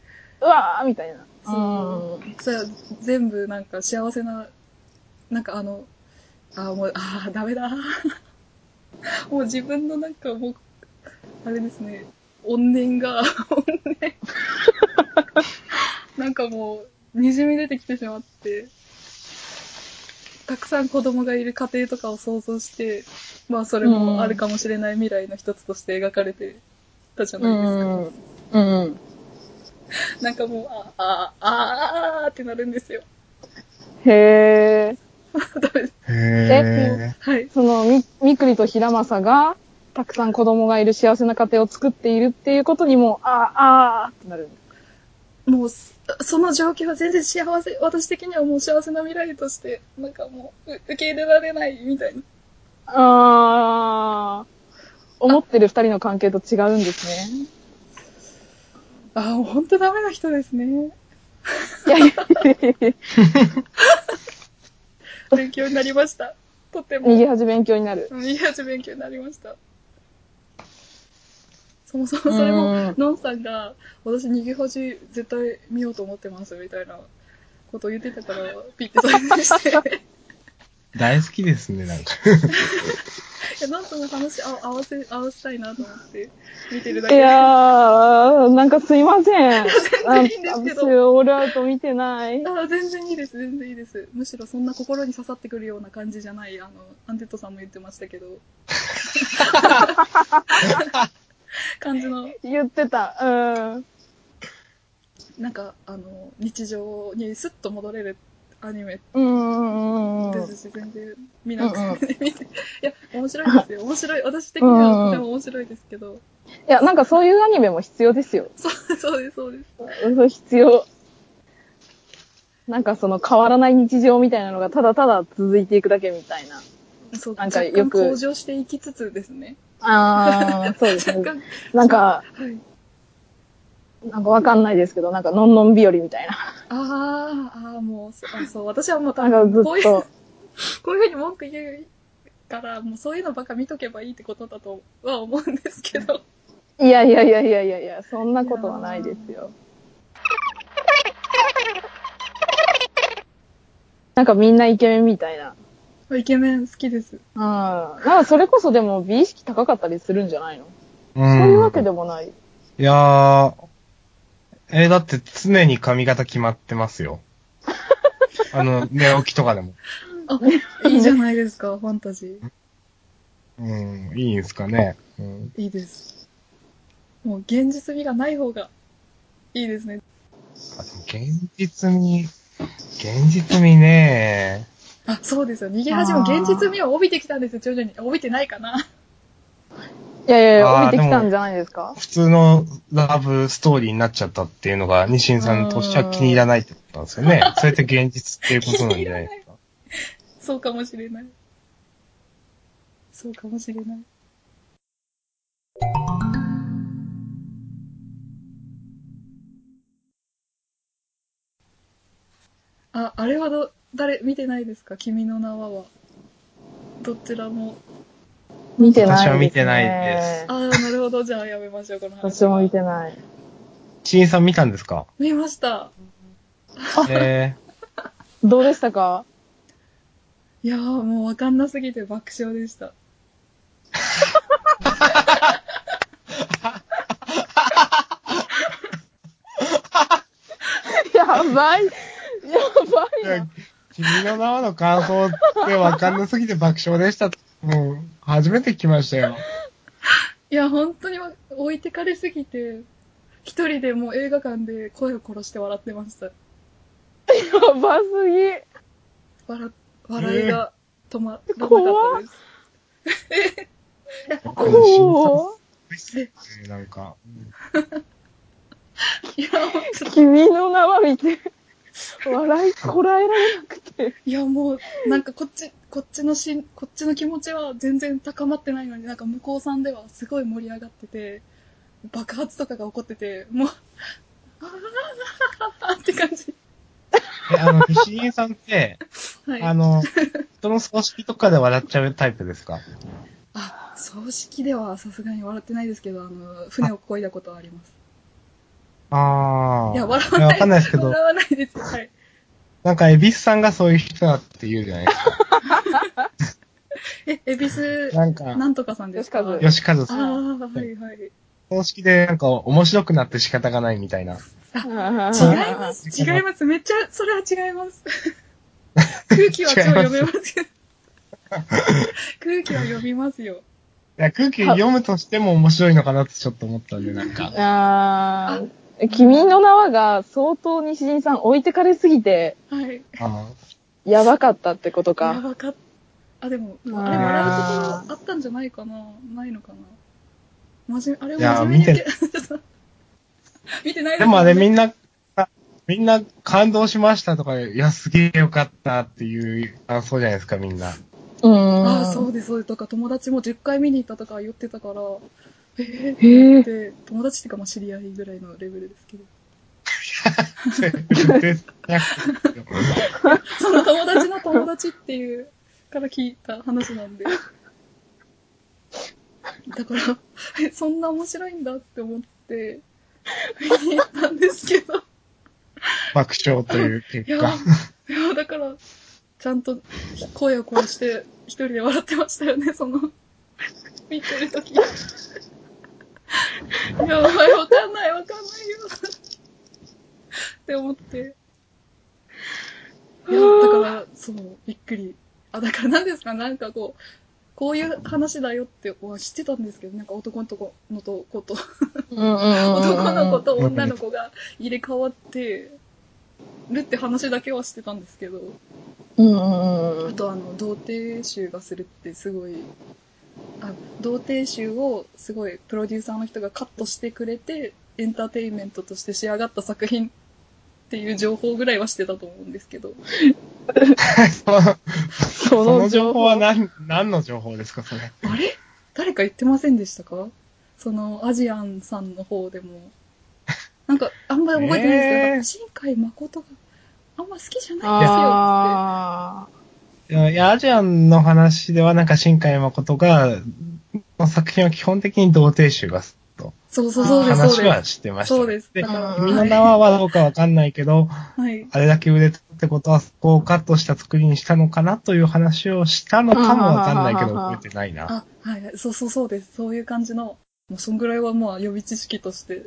Speaker 3: わーみたいな。
Speaker 1: そうそれは全部なんか幸せな、なんかあの、ああ、もう、ああ、ダメだ。 もう自分のなんかもう、あれですね、怨念が、怨念。 なんかもう、滲み出てきてしまって、たくさん子供がいる家庭とかを想像して、まあそれもあるかもしれない未来の一つとして描かれてたじゃ
Speaker 3: う
Speaker 1: ないですか。
Speaker 3: ん。うん。うん。
Speaker 1: なんかもう、ああ、ああってなるんですよ。
Speaker 3: へー
Speaker 1: ダメです。
Speaker 2: へえ。
Speaker 1: はい。
Speaker 3: その、み、みくりとひらまさが、たくさん子供がいる幸せな家庭を作っているっていうことにも、あー、あーってなる。
Speaker 1: もう、そその状況は全然幸せ、私的にはもう幸せな未来として、なんかもう、う受け入れられないみたいな。
Speaker 3: あー、思ってる二人の関係と違うんです ね。
Speaker 1: ああ、もうほんとダメな人ですね。
Speaker 3: いやいやいやいや
Speaker 1: 勉強になりました。とっても。
Speaker 3: 逃げ恥勉強になる。
Speaker 1: いい味勉強になりました。そもそもそれ
Speaker 3: うん
Speaker 1: も、ノンさんが、私逃げ恥絶対見ようと思ってますみたいなことを言ってたから、ピッて再生 して。
Speaker 2: 大好きですね、なんか。
Speaker 1: いや、なんかその話あ合わせ、合わせたいなと思って、見てるだ
Speaker 3: い
Speaker 1: けで。あ
Speaker 3: やー、なんかすいません。
Speaker 1: 然いいんですけど
Speaker 3: あ私、オールアウト見てない。
Speaker 1: 全然いいです、全然いいです。むしろそんな心に刺さってくるような感じじゃない、あの、アンテッドさんも言ってましたけど。感じの、
Speaker 3: 言ってた。うん。
Speaker 1: なんか、あの、日常にスッと戻れるアニメ
Speaker 3: うんうんうんう
Speaker 1: で
Speaker 3: ん。
Speaker 1: すし、全然見な
Speaker 3: うんうん
Speaker 1: くて、見て。いや、面白いですよ。面白い。私的にはとても面白いですけど。
Speaker 3: いや、なんかそういうアニメも必要ですよ。
Speaker 1: そう、そうです、そうです。
Speaker 3: そう必要。なんかその変わらない日常みたいなのがただただ続いていくだけみたいな。
Speaker 1: そう、
Speaker 3: なん
Speaker 1: 若
Speaker 3: か
Speaker 1: 干
Speaker 3: よく
Speaker 1: 向上していきつつですね。
Speaker 3: あー、そうです
Speaker 1: 若
Speaker 3: ね。
Speaker 1: 干、
Speaker 3: なんか、
Speaker 1: はい。
Speaker 3: なんかわかんないですけど、なんかのんのん日和みたいな。
Speaker 1: あーあー、もう、そあそう、私はもう多
Speaker 3: なん
Speaker 1: 分、
Speaker 3: かず
Speaker 1: こういう、
Speaker 3: っ。
Speaker 1: ことういうふうに文句言うから、もうそういうのばっか見とけばいいってことだとは思うんですけど。
Speaker 3: いやいやいやいやいやいや、そんなことはないですよ。なんかみんなイケメンみたいな。
Speaker 1: イケメン好きです。
Speaker 3: うん。なんかそれこそでも美意識高かったりするんじゃないの、
Speaker 2: う
Speaker 3: そ
Speaker 2: ん。
Speaker 3: ういうわけでもない。
Speaker 2: いやー、えーだって常に髪型決まってますよ。あの、寝起きとかでも。
Speaker 1: あ、いいじゃないですか、ファンタジー。
Speaker 2: うん、いいんすかね。うん、
Speaker 1: いいです。もう現実味がない方がいいですね。
Speaker 2: あでも現実味、現実味ね
Speaker 1: あ、そうですよ。逃げ恥も現実味を帯びてきたんですよ、徐々に。帯びてないかな。
Speaker 3: いやいやいや、
Speaker 2: あー
Speaker 3: 降りてきたんじゃないですか
Speaker 2: 普通のラブストーリーになっちゃったっていうのが、西新さんとしては気に入らないってことなんですよね。それって現実っていうことなんじゃないですか。
Speaker 1: そうかもしれない。そうかもしれない。あ、あれはど、誰、見てないですか君の名はは。どちらも。
Speaker 3: 見てない、
Speaker 2: 私は見てないです
Speaker 1: ああ、なるほど。じゃあやめましょう、この話。
Speaker 3: 私も見てない。
Speaker 2: ちんさん見たんで すか
Speaker 1: 見ました。
Speaker 2: え
Speaker 3: どうでしたか
Speaker 1: いやー、もうわかんなすぎて爆笑でした。
Speaker 3: やばい。やばい
Speaker 2: ー
Speaker 3: な。、
Speaker 2: 君の名はの感想ってわかんなすぎて爆笑でした。もう、初めて聞きましたよ。
Speaker 1: いや、本当にわ置いてかれすぎて、一人でもう映画館で声を殺して笑ってました。
Speaker 3: やばすぎ。
Speaker 1: 笑、笑いが止まらなかったです。
Speaker 3: こ
Speaker 2: えーなんか、
Speaker 1: いや、本当
Speaker 3: う、君の名は見て、笑いこらえられなくて。
Speaker 1: いや、もう、なんかこっち、こっちのしん、こっちの気持ちは全然高まってないのに、なんか向こうさんではすごい盛り上がってて、爆発とかが起こってて、もう、あーって感じ。
Speaker 2: え、あの、フィシリンさんって、
Speaker 1: はい。
Speaker 2: あの、人の葬式とかで笑っちゃうタイプですか
Speaker 1: あ、葬式ではさすがに笑ってないですけど、あの、船を漕いだことはあります。
Speaker 2: ああ。
Speaker 1: いや、笑わない。
Speaker 2: わかんないですけど、
Speaker 1: 笑わないです。はい。
Speaker 2: なんか、エビスさんがそういう人だって言うじゃないですか。
Speaker 1: え、恵比寿、
Speaker 2: なんか、
Speaker 1: なんとかさんですか
Speaker 3: 吉和
Speaker 2: 吉和
Speaker 1: あ
Speaker 2: さん、
Speaker 1: あ、はいはい。違い
Speaker 2: 葬式でなんか面白くなって仕方がないみたいな。
Speaker 3: 違い
Speaker 1: ま。
Speaker 3: ます
Speaker 1: 違います。めっちゃ、それは違い ます。空気は超読めますよ。空気は読みますよ。
Speaker 2: いや、空気読むとしても面白いのかなってちょっと思ったんで、なんか。
Speaker 3: あー君の名はが相当西陣さん置いてかれすぎて、
Speaker 1: はい。
Speaker 2: あの
Speaker 3: やばかったってこと
Speaker 1: や
Speaker 3: か。
Speaker 1: ばかっあ、でも、あ
Speaker 3: あ
Speaker 1: れ
Speaker 3: ー
Speaker 1: 笑うところあったんじゃないかなないのかな真面目、あれ
Speaker 2: いや
Speaker 1: 真面目に受け 見てない
Speaker 2: でもあれみ
Speaker 1: ん
Speaker 2: んな、あみんな感動しましたとか、いや、すげえよかったっていう感想じゃないですか、みんな。
Speaker 3: うーん。
Speaker 1: ああ、そうです、そうです。とか、友達も10回見に行ったとか言ってたから、えーっ
Speaker 3: へえ。
Speaker 1: て、友達っていうか、まあ知り合いぐらいのレベルですけど。 その友達の友達っていうから聞いた話なんで。だから、 えそんな面白いんだって思って、見に行ったんですけど。
Speaker 2: 爆笑という
Speaker 1: い
Speaker 2: 結
Speaker 1: や、
Speaker 2: 果。
Speaker 1: いやだから、ちゃんと声を殺して一人で笑ってましたよね、その、見てるとき。いや、お前わかんないわかんないよ。って思って。いや、だから、そう、びっくり。あ、だからなんですか、なんかこう、こういう話だよっては知ってたんですけど、なんか男の子のとこと、
Speaker 3: うんうんうんうん
Speaker 1: 男の子と女の子が入れ替わってるって話だけはしてたんですけど、
Speaker 3: うんうんうんう
Speaker 1: あ
Speaker 3: ん。
Speaker 1: とあの、童貞集がするってすごい、あ、童貞集をすごいプロデューサーの人がカットしてくれて、エンターテインメントとして仕上がった作品っていう情報ぐらいはしてたと思うんですけど、
Speaker 3: そ
Speaker 2: そのその
Speaker 3: の情
Speaker 2: 情
Speaker 3: 報
Speaker 2: 報
Speaker 3: は
Speaker 2: は
Speaker 3: な。
Speaker 2: 何、何の情報ですか、それ。
Speaker 1: あれ誰か言ってませんでしたかその、アジアンさんの方でも。なんか、あんまり覚えてないんですけど、
Speaker 2: えー
Speaker 1: なんか新海誠があんま好きじゃないんですよ、つって。
Speaker 3: あ
Speaker 2: いや、いやアジアンの話ではなんか新海誠が、の作品は基本的に童貞集がすと。
Speaker 1: そうそうそうです、
Speaker 2: 話
Speaker 1: そうで
Speaker 2: は
Speaker 1: す。
Speaker 2: 知ってました。
Speaker 1: そうです。
Speaker 2: で
Speaker 1: だ、から、
Speaker 3: 君
Speaker 2: みんな
Speaker 1: はい
Speaker 2: 名はどうかわかんないけど、
Speaker 1: はい。
Speaker 2: あれだけ売れたってことは、そこをカットした作りにしたのかなという話をしたのかもわかんないけど、
Speaker 3: あははは
Speaker 2: 覚えてないな。
Speaker 1: あ、はいはい。そうそうそうです。そういう感じの、もうそんぐらいはまあ予備知識として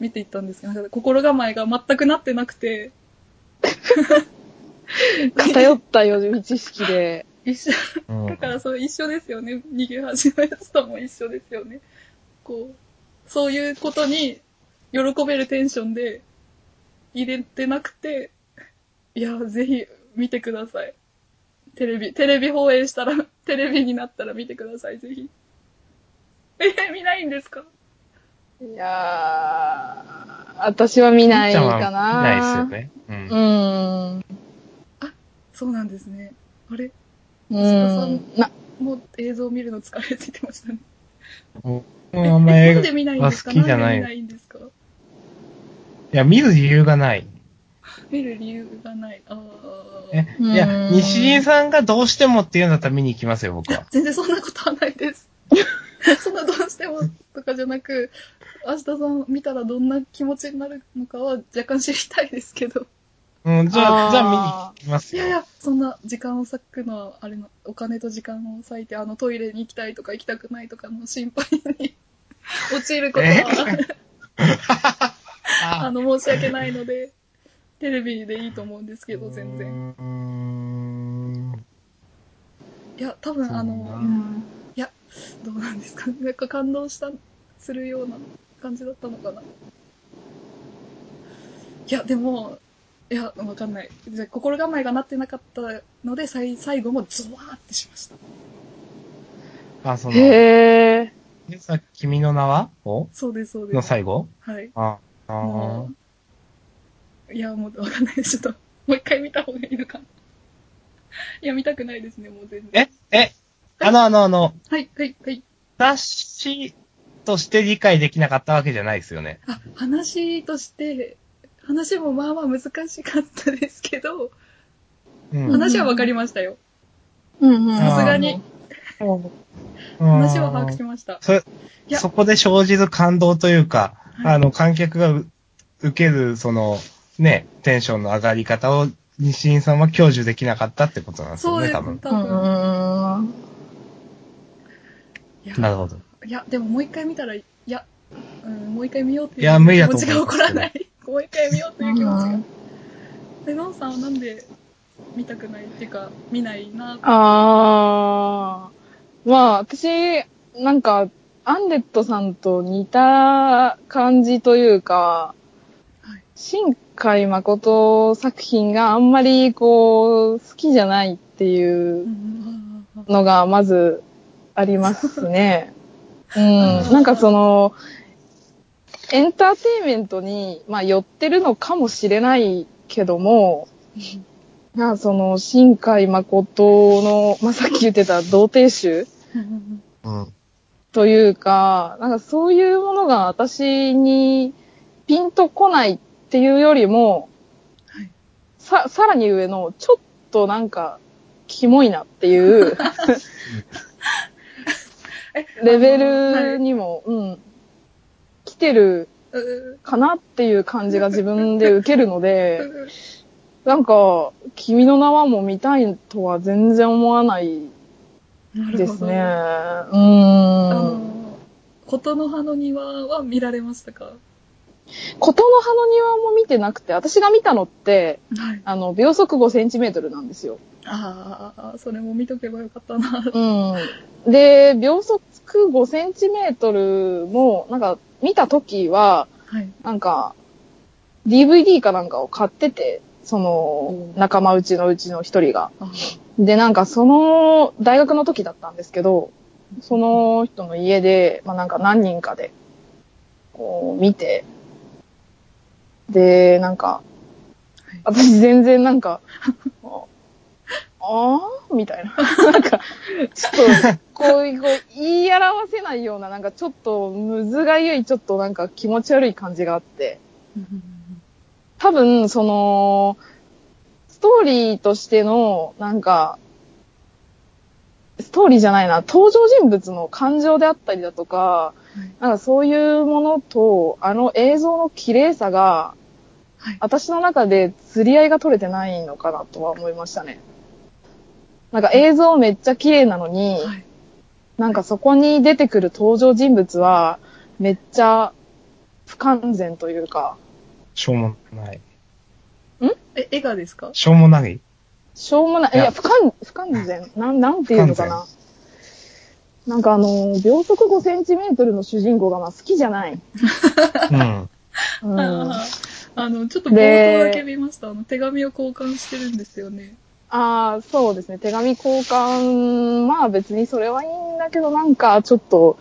Speaker 1: 見ていったんですけど、なんか心構えが全くなってなくて、
Speaker 3: あ。偏った予備知識で。
Speaker 1: 一緒、
Speaker 2: うん
Speaker 1: だからそう一緒ですよね。逃げ始めやつとも一緒ですよね。こう、そういうことに喜べるテンションで入れてなくて、いや、ぜひ見てください。テレビ、テレビ放映したら、 テレビになったら見てください、ぜひ。え、見ないんですか
Speaker 3: いやー、私は見ないかな。
Speaker 2: 見ないですよ。ね。うん。
Speaker 3: うん。
Speaker 1: そうなんですね。あれ
Speaker 3: うん。な、
Speaker 1: もう映像見るの疲れててましたね。
Speaker 2: 僕
Speaker 1: え
Speaker 2: もあんま
Speaker 1: え
Speaker 2: 映
Speaker 1: なんで見ないん
Speaker 2: 画
Speaker 1: で
Speaker 2: は
Speaker 1: すか
Speaker 2: 好きじゃ
Speaker 1: ん
Speaker 2: な
Speaker 1: で
Speaker 2: い。
Speaker 1: 見ないいんですか
Speaker 2: や、見る理由がない。
Speaker 1: 見る理由がない。ああ。
Speaker 2: え、いや、
Speaker 3: うん
Speaker 2: 西陣さんがどうしてもっていうんだったら見に行きますよ、僕は。
Speaker 1: 全然そんなことはないです。そんなどうしてもとかじゃなく、明日さん見たらどんな気持ちになるのかは若干知りたいですけど。
Speaker 2: うん、じゃ
Speaker 3: あー
Speaker 2: あ、じゃあ見に行きます
Speaker 1: い
Speaker 2: よ。
Speaker 1: やいや、そんな時間を割くのは、あれの、お金と時間を割いて、あのトイレに行きたいとか行きたくないとかの心配に陥ることは、あ
Speaker 2: あ
Speaker 1: の、申し訳ないので、テレビでいいと思うんですけど、全然。
Speaker 2: うーん。
Speaker 1: いや、多分あ
Speaker 2: そうだ
Speaker 1: の
Speaker 2: な、
Speaker 3: うん
Speaker 1: どうなんですかね。 なんか感動した、するような感じだったのかな。いや、でも、いや、わかんない。じゃあ心構えがなってなかったので、最最後もズワーってしました。
Speaker 2: あ、その、
Speaker 3: へえ。
Speaker 2: さ君の名はを
Speaker 1: そうです、そうで
Speaker 2: の
Speaker 1: す。
Speaker 2: 最後
Speaker 1: はい。
Speaker 2: あ、あー
Speaker 1: もういや、もうわかんないです。ちょっと、 もう一回見た方がいいのかな。いや、見たくないですね、もう全然。
Speaker 2: え、え、あの、あの、あの、
Speaker 1: はい、はい、はい。
Speaker 2: 雑誌として理解できなかったわけじゃないですよね。
Speaker 1: あ、話として、話もまあまあ難しかったですけど、
Speaker 2: うん。
Speaker 1: 話はわかりましたよ。
Speaker 3: うんうん。
Speaker 2: さすが
Speaker 1: に。話
Speaker 2: 話
Speaker 1: は把握しました。
Speaker 2: それ
Speaker 1: いや
Speaker 2: そこで生じる感動というか、
Speaker 1: はい
Speaker 2: あの、観客がう受ける、その、ね、テンションの上がり方を、西井さんは享受できなかったってことなんです
Speaker 1: そ
Speaker 2: よ
Speaker 1: うで
Speaker 2: ね、
Speaker 1: す、
Speaker 2: 多
Speaker 1: 多
Speaker 2: 分
Speaker 1: 分。。いや
Speaker 2: なるほど。
Speaker 1: いや、でももう一回見たら、いや、うん、もう一回見ようっていう
Speaker 2: いや無理だと
Speaker 1: 気持
Speaker 2: 思う
Speaker 1: ちが起こら ない。もう一回見ようという気持ちが。で、ノンさんはなんで見たくないっていうか、見ないなって。
Speaker 3: あー。まあ、私、なんか、アンデットさんと似た感じというか、
Speaker 1: はい
Speaker 3: 新海誠作品があんまりこう、好きじゃないってい
Speaker 1: う
Speaker 3: う
Speaker 1: んあー
Speaker 3: のがまずありますね。うん。
Speaker 2: ん
Speaker 3: なんかその、エンターテインメントに、まあ、寄ってるのかもしれないけども、まあ、その、新海誠の、まあ、さっき言ってた童貞集
Speaker 2: うん。
Speaker 3: というか、なんかそういうものが私にピンとこないっていうよりも、
Speaker 1: はい
Speaker 3: さ、さらに上の、ちょっとなんか、キモいなって いう、
Speaker 1: え
Speaker 3: レベ
Speaker 1: は
Speaker 3: ル
Speaker 1: い
Speaker 3: にも、うん、来てる
Speaker 1: う
Speaker 3: かなっていう感じが自分で受けるので、
Speaker 1: ー
Speaker 3: なんか、君の名はもう見たいとは全然思わない
Speaker 1: なるほど
Speaker 3: ですね。う
Speaker 1: あ
Speaker 3: ん。
Speaker 1: の、琴の葉の庭は見られましたか
Speaker 3: ことの葉の庭も見てなくて、私が見たのって、
Speaker 1: はい。
Speaker 3: あの、秒速5センチメートルなんですよ。
Speaker 1: ああ、それも見とけばよかったな。
Speaker 3: うん。で、秒速5センチメートルも、なんか、見た時は、
Speaker 1: はい。
Speaker 3: なんか、DVD かなんかを買ってて、その
Speaker 1: う、ん
Speaker 3: 仲間うちのうちの一人が。
Speaker 1: あー
Speaker 3: で、なんかその、大学の時だったんですけど、その人の家で、まあなんか何人かで、こう見て、で、なんか
Speaker 1: はい、
Speaker 3: 私全然なんか、あ あーみたいな。なん か、ちょっと、こう、こう言い表せないような、なんかちょっと、むずがゆい、ちょっとなんか気持ち悪い感じがあって、多分、その、ストーリーとしての、なんか、ストーリーじゃないな、登場人物の感情であったりだとか、
Speaker 1: はい
Speaker 3: なんかそういうものと、あの映像の綺麗さが、
Speaker 1: はい。
Speaker 3: 私の中で釣り合いが取れてないのかなとは思いましたね。なんか映像めっちゃ綺麗なのに、
Speaker 1: はい。
Speaker 3: なんかそこに出てくる登場人物は、めっちゃ不完全というか、
Speaker 2: しょうもない。
Speaker 1: え、絵がですか
Speaker 2: しょうもない。
Speaker 3: しょうもない。い
Speaker 2: いや
Speaker 3: や、不完、不完全。なん、なんていうのか
Speaker 2: 不
Speaker 3: な。なんかあのー、秒速5センチメートルの主人公がまあ好きじゃない。
Speaker 2: うん。
Speaker 3: うん。
Speaker 1: あー
Speaker 3: あ
Speaker 1: あの、ちょっと冒頭だけ見ました。あの、手紙を交換してるんですよね。
Speaker 3: あー、そうですね。手紙交換、まあ別にそれはいいんだけど、なんかちょっと、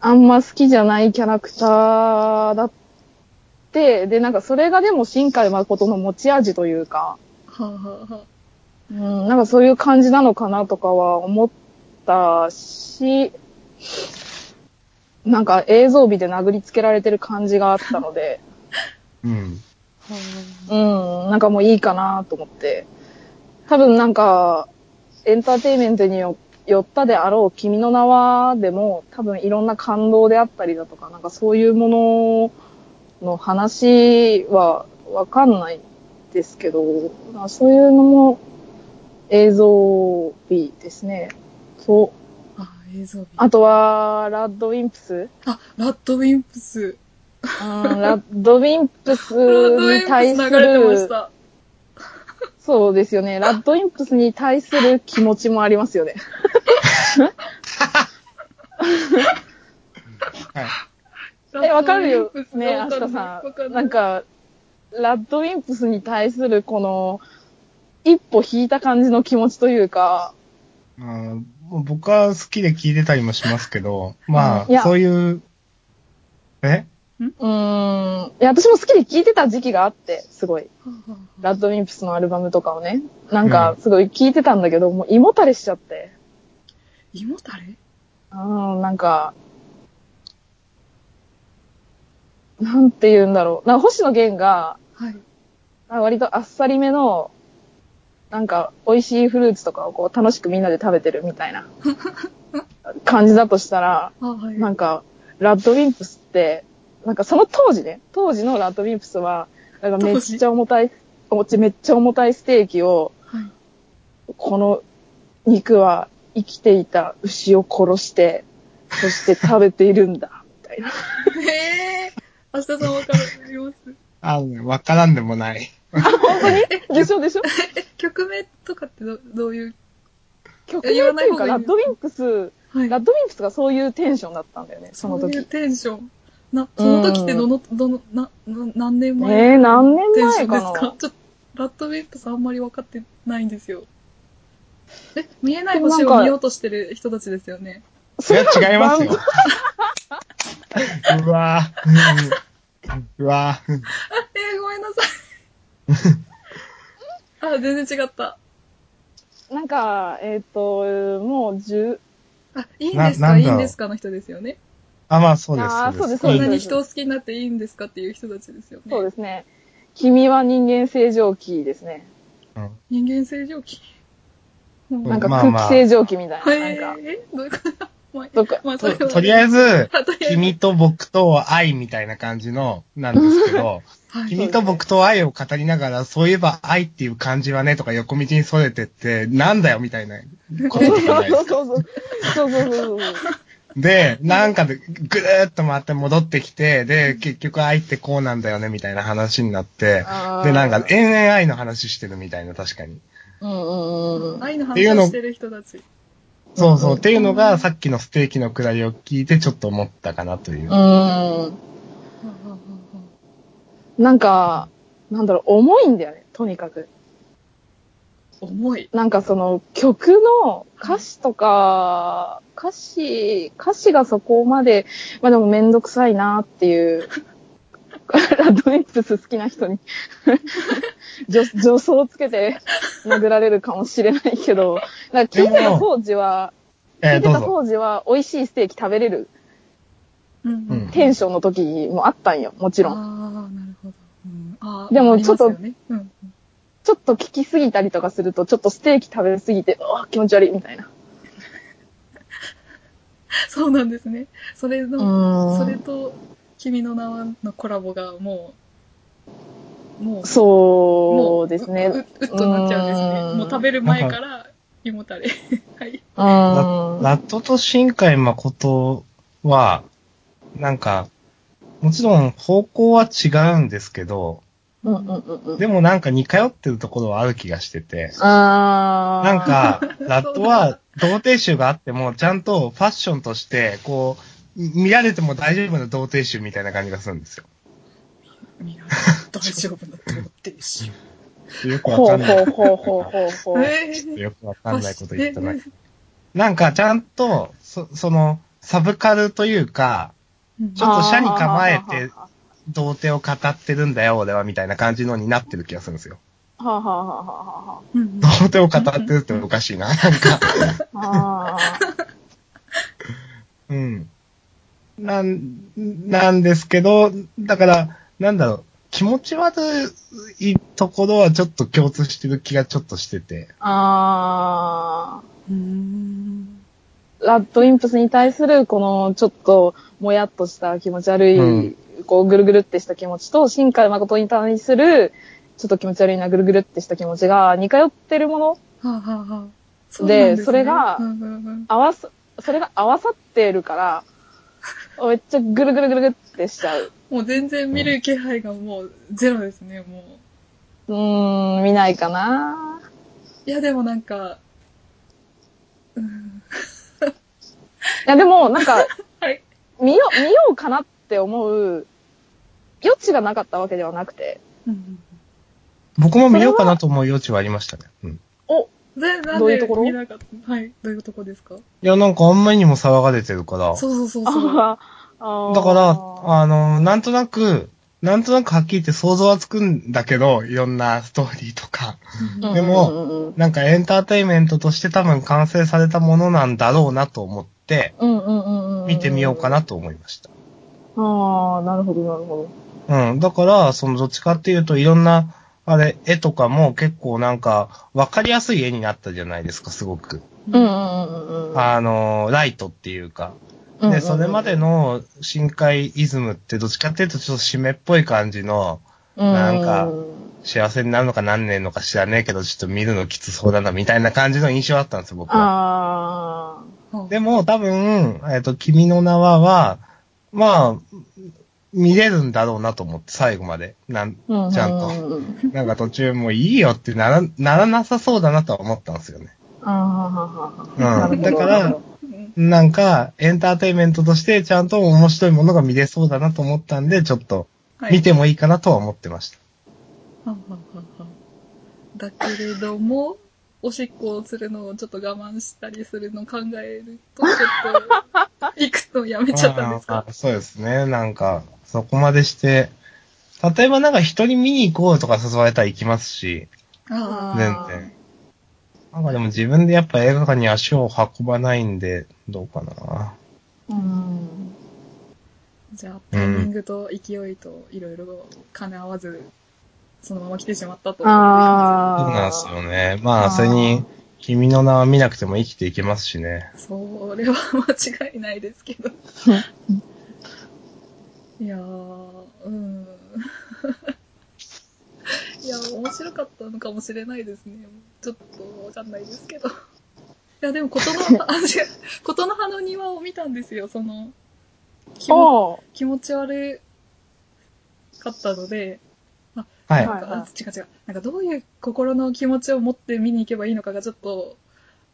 Speaker 3: あんま好きじゃないキャラクターだって、で、なんかそれがでも新海誠の持ち味というか、
Speaker 1: はあ、はあは
Speaker 3: うん、なんかそういう感じなのかなとかは思ったし、なんか映像美で殴りつけられてる感じがあったので、
Speaker 2: うん。
Speaker 3: うん、なんかもういいかなと思って。多分なんか、エンターテインメントによよったであろう君の名はでも、多分いろんな感動であったりだとか、なんかそういうものの話はわかんないですけど、まあそういうのも映像美ですね。そう。
Speaker 1: あ、映像美。あ、
Speaker 3: あとは、ラッドウィンプス
Speaker 1: ラッドウィンプス。
Speaker 3: うんラッドウィンプス
Speaker 1: ラッドウィン
Speaker 3: に対
Speaker 1: プ
Speaker 3: す
Speaker 1: ス流れてま
Speaker 3: る
Speaker 1: し、た。
Speaker 3: そうです よね。ラッドインプスに対する気持ちもありますよね。
Speaker 2: は い。
Speaker 3: え、わかるよね、
Speaker 1: ラ
Speaker 3: ア
Speaker 1: ッ
Speaker 3: シ
Speaker 1: ドウィンプ
Speaker 3: カ
Speaker 1: ス
Speaker 3: さ
Speaker 1: わか
Speaker 3: ん。
Speaker 1: い
Speaker 3: なん、か、ラッドインプスに対するこの、一歩引いた感じの気持ちというか、
Speaker 2: あー僕は好きで聞いてたりもしますけど、ま
Speaker 3: いや
Speaker 2: あ、そういう、え
Speaker 3: うーん、いや、私も好きで聴いてた時期があって、すごい。ラッドウィンプスのアルバムとかをね。なんか
Speaker 2: う、
Speaker 3: すごい聴いてたんだけど、もう胃もたれしちゃって。
Speaker 1: 胃もたれ
Speaker 3: うん、なんか、なんて言うんだろう。なんか星野源が、
Speaker 1: はい。
Speaker 3: あ割とあっさりめの、なんか、美味しいフルーツとかをこう、楽しくみんなで食べてるみた いな感じだとしたら、
Speaker 1: あ、はい。
Speaker 3: なんか、ラッドウィンプスって、なんかその当時ね、当時のラッドウィンプスは、なんかめっちゃ重たい、おめっちゃ重たいステーキを、
Speaker 1: はい
Speaker 3: この肉は生きていた牛を殺して、そして食べている んだ、みたいな。
Speaker 1: えー、明日さんわかります
Speaker 2: あのねわからんでもない。
Speaker 3: でしょでしょ
Speaker 1: え、曲名とかってどどういう
Speaker 3: 曲
Speaker 1: え言
Speaker 3: 名
Speaker 1: わ
Speaker 3: と
Speaker 1: ない
Speaker 3: いう
Speaker 1: 方
Speaker 3: か、
Speaker 1: がいい
Speaker 3: ラッドウィンプス、
Speaker 1: はい
Speaker 3: ラッドウィンプスがそういうテンションだったんだよね、その
Speaker 1: そういう
Speaker 3: 時。
Speaker 1: テンション。な、その時ってどの、どの、な、な何年前
Speaker 3: えー何年
Speaker 1: テンショ
Speaker 3: 前
Speaker 1: ンで
Speaker 3: か
Speaker 1: すか
Speaker 3: な
Speaker 1: ちょっと、ラッドウィンプスあんまり分かってないんですよ。え、見えない星を見ようとしてる人たちですよね。
Speaker 2: それは違いますよ
Speaker 3: バン。
Speaker 2: うわぁ。うわぁ。
Speaker 1: あ、えーごめんなさ い。あ、全然違った。
Speaker 3: なんか、えっ、と、もう十、
Speaker 1: あ、いいんです
Speaker 2: なな
Speaker 1: か
Speaker 2: ん
Speaker 1: い
Speaker 2: だ
Speaker 1: い
Speaker 2: ろうん
Speaker 1: ですかの人ですよね。
Speaker 2: あ、まあ、そうです。
Speaker 3: あー
Speaker 1: こ
Speaker 3: そ
Speaker 1: ん
Speaker 3: う
Speaker 1: な
Speaker 3: で
Speaker 1: に
Speaker 3: す
Speaker 1: 人を好きになっていいんですかっていう人たちですよね。
Speaker 3: そうですね。君は人間正常期ですね。
Speaker 2: うん
Speaker 1: 人間正常期。うん
Speaker 3: なんか
Speaker 2: まあ
Speaker 3: 空
Speaker 2: ま
Speaker 3: 気
Speaker 2: あ
Speaker 3: 正常期みたいな。
Speaker 1: はい、
Speaker 3: なんか、
Speaker 1: えどういうことまあ
Speaker 3: どっか
Speaker 1: まあ、それ
Speaker 2: と
Speaker 1: は。
Speaker 2: とりあえず、
Speaker 1: あとりあえず
Speaker 2: 君と僕と愛みたいな感じの、なんですけど、
Speaker 1: はい
Speaker 2: 君と僕と愛を語りながら、そういえば愛っていう感じはね、とか横道に逸れてって、なんだよみたいなことじゃないで
Speaker 3: そう
Speaker 2: すか。
Speaker 3: そうそう。そうそうそうそう。
Speaker 2: で、なんかでぐるーっと回って戻ってきて、で、結局愛ってこうなんだよね、みたいな話になって
Speaker 3: あ、ー
Speaker 2: で、なんか延々愛の話してるみたいな、確かに。
Speaker 3: うんうんうんうん。
Speaker 1: 愛の話をしてる人たち。
Speaker 2: そうそう、っていうのがさっきのステーキのくだりを聞いてちょっと思ったかなという。
Speaker 3: うん。
Speaker 1: はあはあはあは
Speaker 3: なんか、なんだろう、重いんだよね、とにかく。
Speaker 1: あ重い。
Speaker 3: なんかその曲の歌詞とか、歌詞、歌詞がそこまで、まあでもめんどくさいなっていう、ラドウィンプス好きな人に女、女装つけて殴られるかもしれないけど、なんか聞いてた当時は、
Speaker 2: え
Speaker 3: 聞
Speaker 2: ー
Speaker 3: いて
Speaker 2: どう
Speaker 3: た
Speaker 2: ぞ。
Speaker 3: 当時は美味しいステーキ食べれる
Speaker 1: うん
Speaker 2: うん
Speaker 3: テンションの時もあったんよ、もちろん。
Speaker 1: ああ、なるほど。うん、あー
Speaker 3: でもちょっと
Speaker 1: ありますよねうん
Speaker 3: ちょっと聞きすぎたりとかすると、ちょっとステーキ食べすぎて、うわ気持ち悪いみたいな。
Speaker 1: そうなんですね。それの、それ
Speaker 3: う
Speaker 1: と、君の名はのコラボがもう、もう、
Speaker 3: そ
Speaker 1: も
Speaker 3: うですね。
Speaker 1: うううっとなっちゃうんです
Speaker 3: う
Speaker 1: ね。
Speaker 3: ん
Speaker 1: もう食べる前から、胃もたれ。 はい。
Speaker 2: ララットと新海誠は、なんか、もちろん方向は違うんですけど、
Speaker 3: うんうんうんうん。
Speaker 2: でもなんか似通ってるところはある気がしてて、
Speaker 3: あー。
Speaker 2: なん、か、ラットは童貞集があっても、ちゃんとファッションとして、こう、見られても大丈夫な童貞集みたいな感じがするんですよ。
Speaker 1: みんな、大丈夫だと思って るし。
Speaker 2: よくわ
Speaker 3: ほ
Speaker 2: か
Speaker 3: うん
Speaker 2: な
Speaker 3: ほう
Speaker 2: い。
Speaker 3: ほうほうほうほう。
Speaker 1: えー
Speaker 2: よくわかんないこと言ったな
Speaker 1: えー。
Speaker 2: なんか、ちゃんと、そ、その、サブカルというか、
Speaker 1: うん
Speaker 2: ちょっと斜に構えて
Speaker 3: は
Speaker 2: 童貞を語ってるんだよ、俺は、みたいな感じのになってる気がするんですよ。
Speaker 3: あはあはあはあは
Speaker 1: うん
Speaker 2: 童貞を語ってるっておかしいな、 なんか。
Speaker 3: あ。あー
Speaker 2: うん。なん、なんですけど、だから、なんだろう、気持ち悪いところはちょっと共通してる気がちょっとしてて。
Speaker 3: あ
Speaker 1: うーん。
Speaker 3: ー、ラッドインプスに対するこのちょっともやっとした気持ち悪い、
Speaker 2: うん
Speaker 3: こうぐるぐるってした気持ちと、新海誠に対するちょっと気持ち悪いなぐるぐるってした気持ちが似通ってるもの
Speaker 1: はあ、はあはあ、うなん
Speaker 3: で、
Speaker 1: すね
Speaker 3: それが
Speaker 1: う、んうんうん
Speaker 3: 合わさ、それが合わさってるから、めっちゃぐるぐるぐるぐるってしちゃう。
Speaker 1: もう全然見る気配がもうゼロですね、もう。
Speaker 3: うーん、見ないかな。
Speaker 1: いや、でもなんか、うん、
Speaker 3: いや、でも、なん か、
Speaker 1: はい。
Speaker 3: 見よ、見ようかなって思う、余地がなかったわけではなくて、
Speaker 2: 僕も見ようかなと思う余地はありましたね。うん。い
Speaker 3: お、
Speaker 1: で、なん
Speaker 3: どうい
Speaker 1: で
Speaker 3: うところ
Speaker 1: 見なかったはい。どういうとこですか
Speaker 2: や、なんかあんまりにも騒がれてるから。
Speaker 1: そうそうそうそう。
Speaker 3: ああ、
Speaker 2: だから、
Speaker 3: あ
Speaker 2: あの、なんとなく、なんとなくはっきり言って想像はつくんだけど、いろんなストーリーとか。
Speaker 1: うん
Speaker 3: ー
Speaker 2: でも、なんかエンターテインメントとして多分完成されたものなんだろうなと思って、
Speaker 3: うんうんうんうんうん。
Speaker 2: 見てみようか。なと思いました。
Speaker 3: ああ、なるほど、なるほ
Speaker 2: うん。だから、そのどっちかっていうといろんな、あれ、絵とかも結構なんか、わかりやすい絵になったじゃないですか、すごく。
Speaker 3: ど。うんうんうんうんうん。
Speaker 2: あの、ライトっていうか。
Speaker 3: うんうんうん
Speaker 2: で、それまで、の深海イズムってどっちかっていうとちょっと湿っぽい感じの、なんか幸せになるのかなんねえのか知らねえけど、ちょっと見るのきつそうだな、みたいな感じの印象あったんですよ、僕は。
Speaker 3: あ
Speaker 1: は
Speaker 2: でも多分、えっ、と、君の名はは、まあ、見れるんだろうなと思って、最後まで。なん、ち
Speaker 3: あー。
Speaker 2: ゃんと。
Speaker 3: と。
Speaker 2: なんか途中もういいよってなら、ならなさそうだなとは思ったんですよね。
Speaker 3: ああ、はははは。
Speaker 2: うん
Speaker 3: なるほど
Speaker 2: だから
Speaker 3: なるほど
Speaker 1: うん
Speaker 2: なんか、エンターテインメントとしてちゃんと面白いものが見れそうだなと思ったんで、ちょっと、
Speaker 1: はい
Speaker 2: 見てもいいかなとは思ってました。
Speaker 1: はんはんはんはんだけれども、おしっこをするのをちょっと我慢したりするのを考えると、ちょっと、行くのやめちゃったんですか
Speaker 2: あーそうですね。なんか、そこまでして、例えばなんか人に見に行こうとか誘われたら行きますし、
Speaker 1: あ
Speaker 2: 全
Speaker 3: あー
Speaker 2: 然。なんかでも自分でやっぱ映画館に足を運ばないんで、どうかな。
Speaker 3: うん。
Speaker 1: ーじゃあ、タイミングと勢いといろいろ兼ね合わず、そのまま来てしまったと。
Speaker 3: ああ。
Speaker 2: そうなんですよね。ま
Speaker 3: あー
Speaker 2: あ、それに、君の名は見なくても生きていけますしね。
Speaker 1: それは間違いないですけど。いやー、うん。 いや、面白かったのかもしれないですね。ちょっとわかんないですけど。いや、でも、ことの、あ、違う、 ことの葉の庭を見たんですよ、その、気持
Speaker 3: おー
Speaker 1: 気持ち悪かったので、
Speaker 2: はい。
Speaker 3: は
Speaker 1: ないんか、あ違う違う。なんかどういう心の気持ちを持って見に行けばいいのかがちょっと、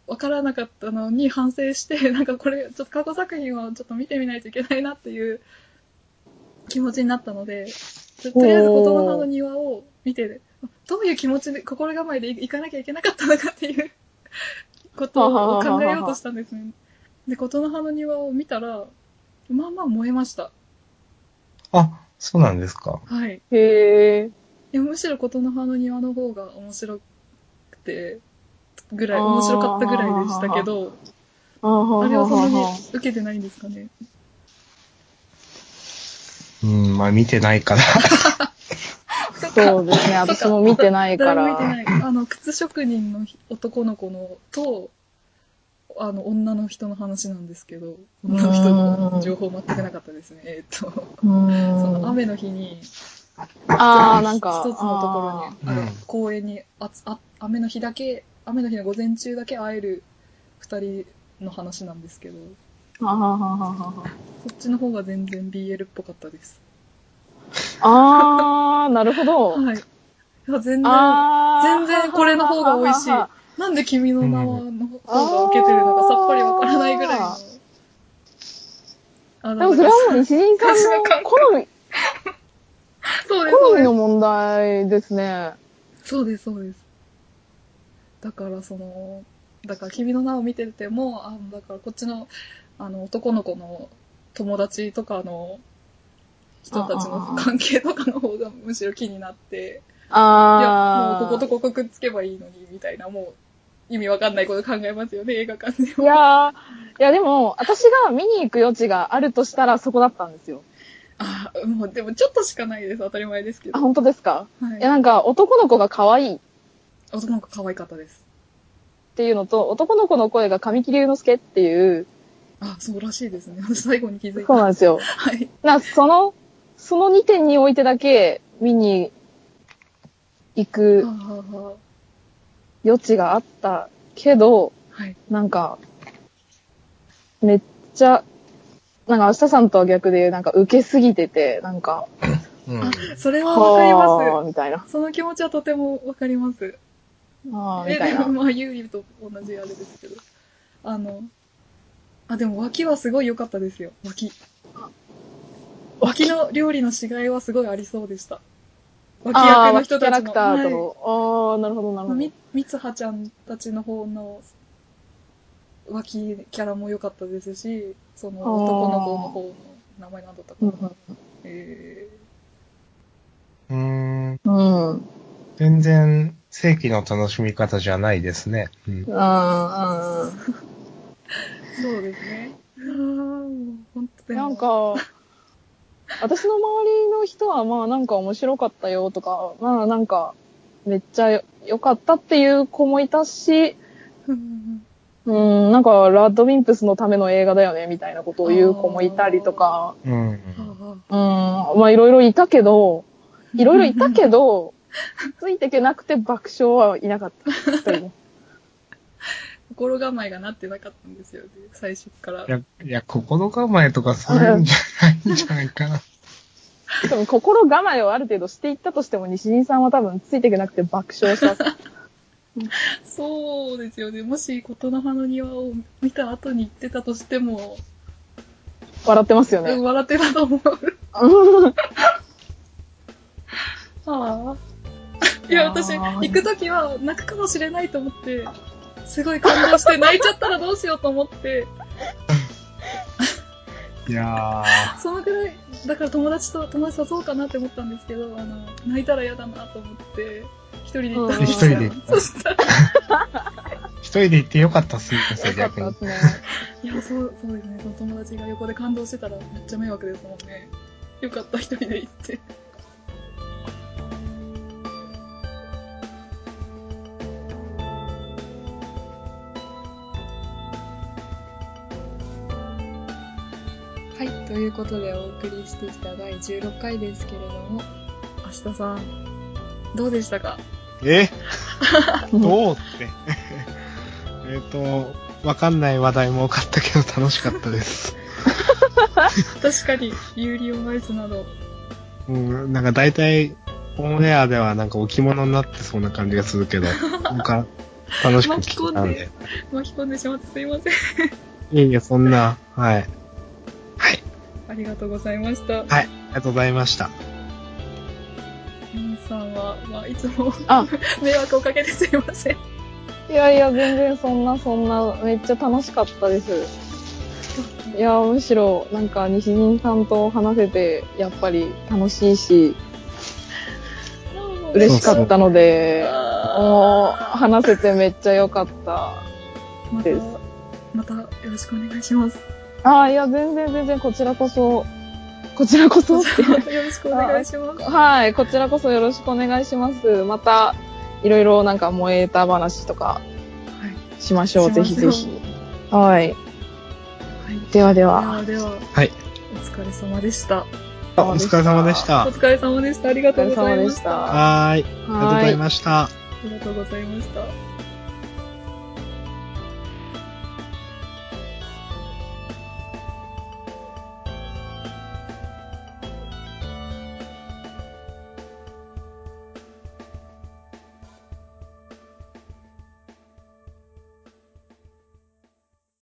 Speaker 1: わからなかったのに反省して、 なんかこれ、ちょっと過去作品をちょっと見てみないといけないなっていう気持ちになったので、ととりあえず
Speaker 3: おー
Speaker 1: 言葉の庭を見て、どういう気持ちで、心構えで行かなきゃいけなかったのかっていうことを考えようとしたんですね。で、琴の葉の庭を見たら、まあまあ燃えました。
Speaker 2: あ、そうなんですか。
Speaker 1: はい。
Speaker 3: へえ。
Speaker 1: いや、むしろ琴の葉の庭の方が面白くて、ぐらい、面白かったぐらいでしたけど、
Speaker 3: あー
Speaker 1: あ
Speaker 3: は
Speaker 1: れはそんなに
Speaker 3: は
Speaker 1: 受けてないんですかね。
Speaker 2: うん、まあ見てないから。
Speaker 3: そうですね。私も見てないか
Speaker 1: 誰も見て
Speaker 3: ら。
Speaker 1: ない。あの、靴職人の男の子のと、あの、女の人の話なんですけど、女の人の情報全くなかったですね。えーっと、
Speaker 3: う
Speaker 1: その
Speaker 3: ーん
Speaker 1: 雨の日に、
Speaker 3: ああ、なんか。
Speaker 1: 一つのところに、あの
Speaker 2: うん
Speaker 1: 公園にあつあ、雨の日だけ、雨の日の午前中だけ会える二人の話なんですけど、
Speaker 3: あーははははは
Speaker 1: そっちの方が全然 BL っぽかったです。
Speaker 3: あー、なるほど。
Speaker 1: はい。いや、全然、
Speaker 3: あー
Speaker 1: 全然これの方が美味 しい
Speaker 3: はははは。
Speaker 1: なんで君の名はの方が受けてるのかさっぱりわからないぐらいの
Speaker 3: あ。
Speaker 1: あ
Speaker 3: でもそれはもう西陣さんの好み、
Speaker 1: そうです、そ
Speaker 3: 好
Speaker 1: う
Speaker 3: み
Speaker 1: で
Speaker 3: の問題ですね。
Speaker 1: す。そうです、そうです。だから、その、だから君の名を見てても、あだからこっちの、あの、男の子の友達とかの人たちの関係とかの方がむしろ気になって、いや
Speaker 3: あ、ー。
Speaker 1: もうこことここくっつけばいいのに、みたいな、もう、意味わかんないこと考えますよね、映画館でも。
Speaker 3: いやー、いやでも、私が見に行く余地があるとしたらそこだったんですよ。
Speaker 1: あ、もうでもちょっとしかないです。当たり前ですけ
Speaker 3: あ、
Speaker 1: ど。は
Speaker 3: 本当ですかいや、
Speaker 1: い。
Speaker 3: なんか男の子が可愛いっ
Speaker 1: 男の子可愛かったです。
Speaker 3: ていうのと、男の子の声が神木隆之介っていう、
Speaker 1: あ、そうらしいですね。私最後に気づいた。
Speaker 3: そうなん
Speaker 1: は
Speaker 3: ですよ。
Speaker 1: い。
Speaker 3: な、その、その2点においてだけ見に行く
Speaker 1: はあはあはあ
Speaker 3: 余地があったけど、
Speaker 1: はい。
Speaker 3: なんか、めっちゃ、なんか明日さんとは逆で、なんか受けすぎてて、なんか、
Speaker 2: うん。
Speaker 1: あ、それはわかり
Speaker 3: は
Speaker 1: ま
Speaker 3: あみたいな。
Speaker 1: す。その気持ちはとてもわかります。
Speaker 3: ああ、
Speaker 1: え、
Speaker 3: みたい
Speaker 1: でも
Speaker 3: な。
Speaker 1: まあ、ゆうゆうと同じあれですけど。あの、あ、でも脇はすごい良かったですよ。脇。脇の料理のしがいはすごいありそうでした。脇
Speaker 3: ああ、
Speaker 1: 役の
Speaker 3: 脇キ
Speaker 1: 人
Speaker 3: ャ
Speaker 1: た
Speaker 3: ラ
Speaker 1: ち
Speaker 3: ク
Speaker 1: の。
Speaker 3: ターと
Speaker 1: はい
Speaker 3: の。ああ、なるほど、なるほど。
Speaker 1: み、みつはちゃんたちの方の脇キャラも良かったですし、その
Speaker 3: あー
Speaker 1: 男の子の方の名前なんだったか
Speaker 3: う
Speaker 1: な。
Speaker 3: ん
Speaker 1: え
Speaker 2: うーん。
Speaker 3: うん。うん。
Speaker 2: 全然、正規の楽しみ方じゃないですね。うん。
Speaker 3: あー
Speaker 1: ーそうです ね。あーもう本当
Speaker 3: う
Speaker 1: で
Speaker 3: ん。
Speaker 1: も
Speaker 3: なん、か、私の周りの人は、まあなんか面白かったよとか、まあなんか、めっちゃ良かったっていう子もいたし、
Speaker 1: うん
Speaker 3: うん、なんか、ラッドウィンプスのための映画だよね、みたいなことを言う子もいたりとか、
Speaker 2: うん。
Speaker 1: は
Speaker 3: うん、まあいろいろいたけど、いろいろいたけど、ついていけなくて爆笑はいなかった。一人も。
Speaker 1: あ心構えがなってなかったんですよね、最初から
Speaker 2: い。や、いや、心構えとかそういうんじゃないんじゃないかな。
Speaker 3: でも心構えをある程度していったとしても、西陣さんは多分ついていけなくて爆笑した。
Speaker 1: そうですよね。もし、琴の葉の庭を見た後に行ってたとしても、
Speaker 3: 笑ってますよね。
Speaker 1: 笑ってたと思う。
Speaker 3: うん
Speaker 1: あ あ。いや、私、
Speaker 3: あー
Speaker 1: 行くときは泣くかもしれないと思って、すごい感動して泣いちゃったらどうしようと思って、
Speaker 2: いや
Speaker 1: そのくらい、だから友達と、友達誘おうかなって思ったんですけど、あの、泣いたら嫌だなと思って、一人で行ったん
Speaker 2: ー、
Speaker 1: で
Speaker 2: 一
Speaker 1: す
Speaker 2: 人
Speaker 1: よ
Speaker 2: で。
Speaker 1: そしたら、
Speaker 2: 一人で行ってよかったっすね、
Speaker 3: よかっ
Speaker 2: 逆
Speaker 3: た
Speaker 2: に
Speaker 3: で。すね。
Speaker 1: いや、そう、そうですね。その友達が横で感動してたらめっちゃ迷惑ですもんね。よかった、一人で行って。はい、ということでお送りしてきた第16回ですけれども、明日さん、どうでしたか
Speaker 2: え
Speaker 3: うん
Speaker 2: どうって。 えっと、わかんない話題も多かったけど楽しかったです。
Speaker 1: 確かに、有利オンアイスなど、
Speaker 2: うん、なんか大体、オンエアではなんか置物になってそうな感じがす るけど、なんか楽しく聞いたんで。
Speaker 1: 巻き込んでしまってすいません。
Speaker 2: いえいえ、そんな、はい。はい、
Speaker 1: ありがとうございました。
Speaker 2: はい、ありがとうございました。
Speaker 1: ミンさんは、まあ、いつも
Speaker 3: あ、
Speaker 1: 迷惑をかけてすいません。
Speaker 3: いやいや、全然そんなそんな、めっちゃ楽しかったです。いや、むしろ、なんか、西陣さんと話せて、やっぱり楽しいし、嬉しかったので、もう、
Speaker 1: あ
Speaker 3: 話せてめっちゃ良かった。
Speaker 1: ーまた
Speaker 3: です、
Speaker 1: またよろしくお願いし ます。
Speaker 3: ああ、いや、全然全然、こちらこそ、こちらこそって。
Speaker 1: よろしくお願いします。
Speaker 3: はい、こちらこそよろしくお願いします。また、いろいろなんか燃えた話とかしましょ
Speaker 1: し
Speaker 3: う。
Speaker 1: ましょ
Speaker 3: ぜ
Speaker 1: う
Speaker 3: ひぜひ。は
Speaker 1: は
Speaker 3: い。
Speaker 1: い。
Speaker 3: ではで
Speaker 1: は
Speaker 3: は。
Speaker 1: い。では、では、
Speaker 2: はい。
Speaker 1: お疲れ様でした。
Speaker 2: あお疲れ様でし
Speaker 1: お
Speaker 2: た。
Speaker 1: 疲れ様でした。ありが
Speaker 3: お
Speaker 1: と
Speaker 3: 疲
Speaker 1: う
Speaker 3: れ
Speaker 1: ござい
Speaker 3: 様で
Speaker 1: ま
Speaker 3: し
Speaker 1: した。あ
Speaker 3: た。
Speaker 2: はーい、ありがとうございました。
Speaker 1: りがとうございました。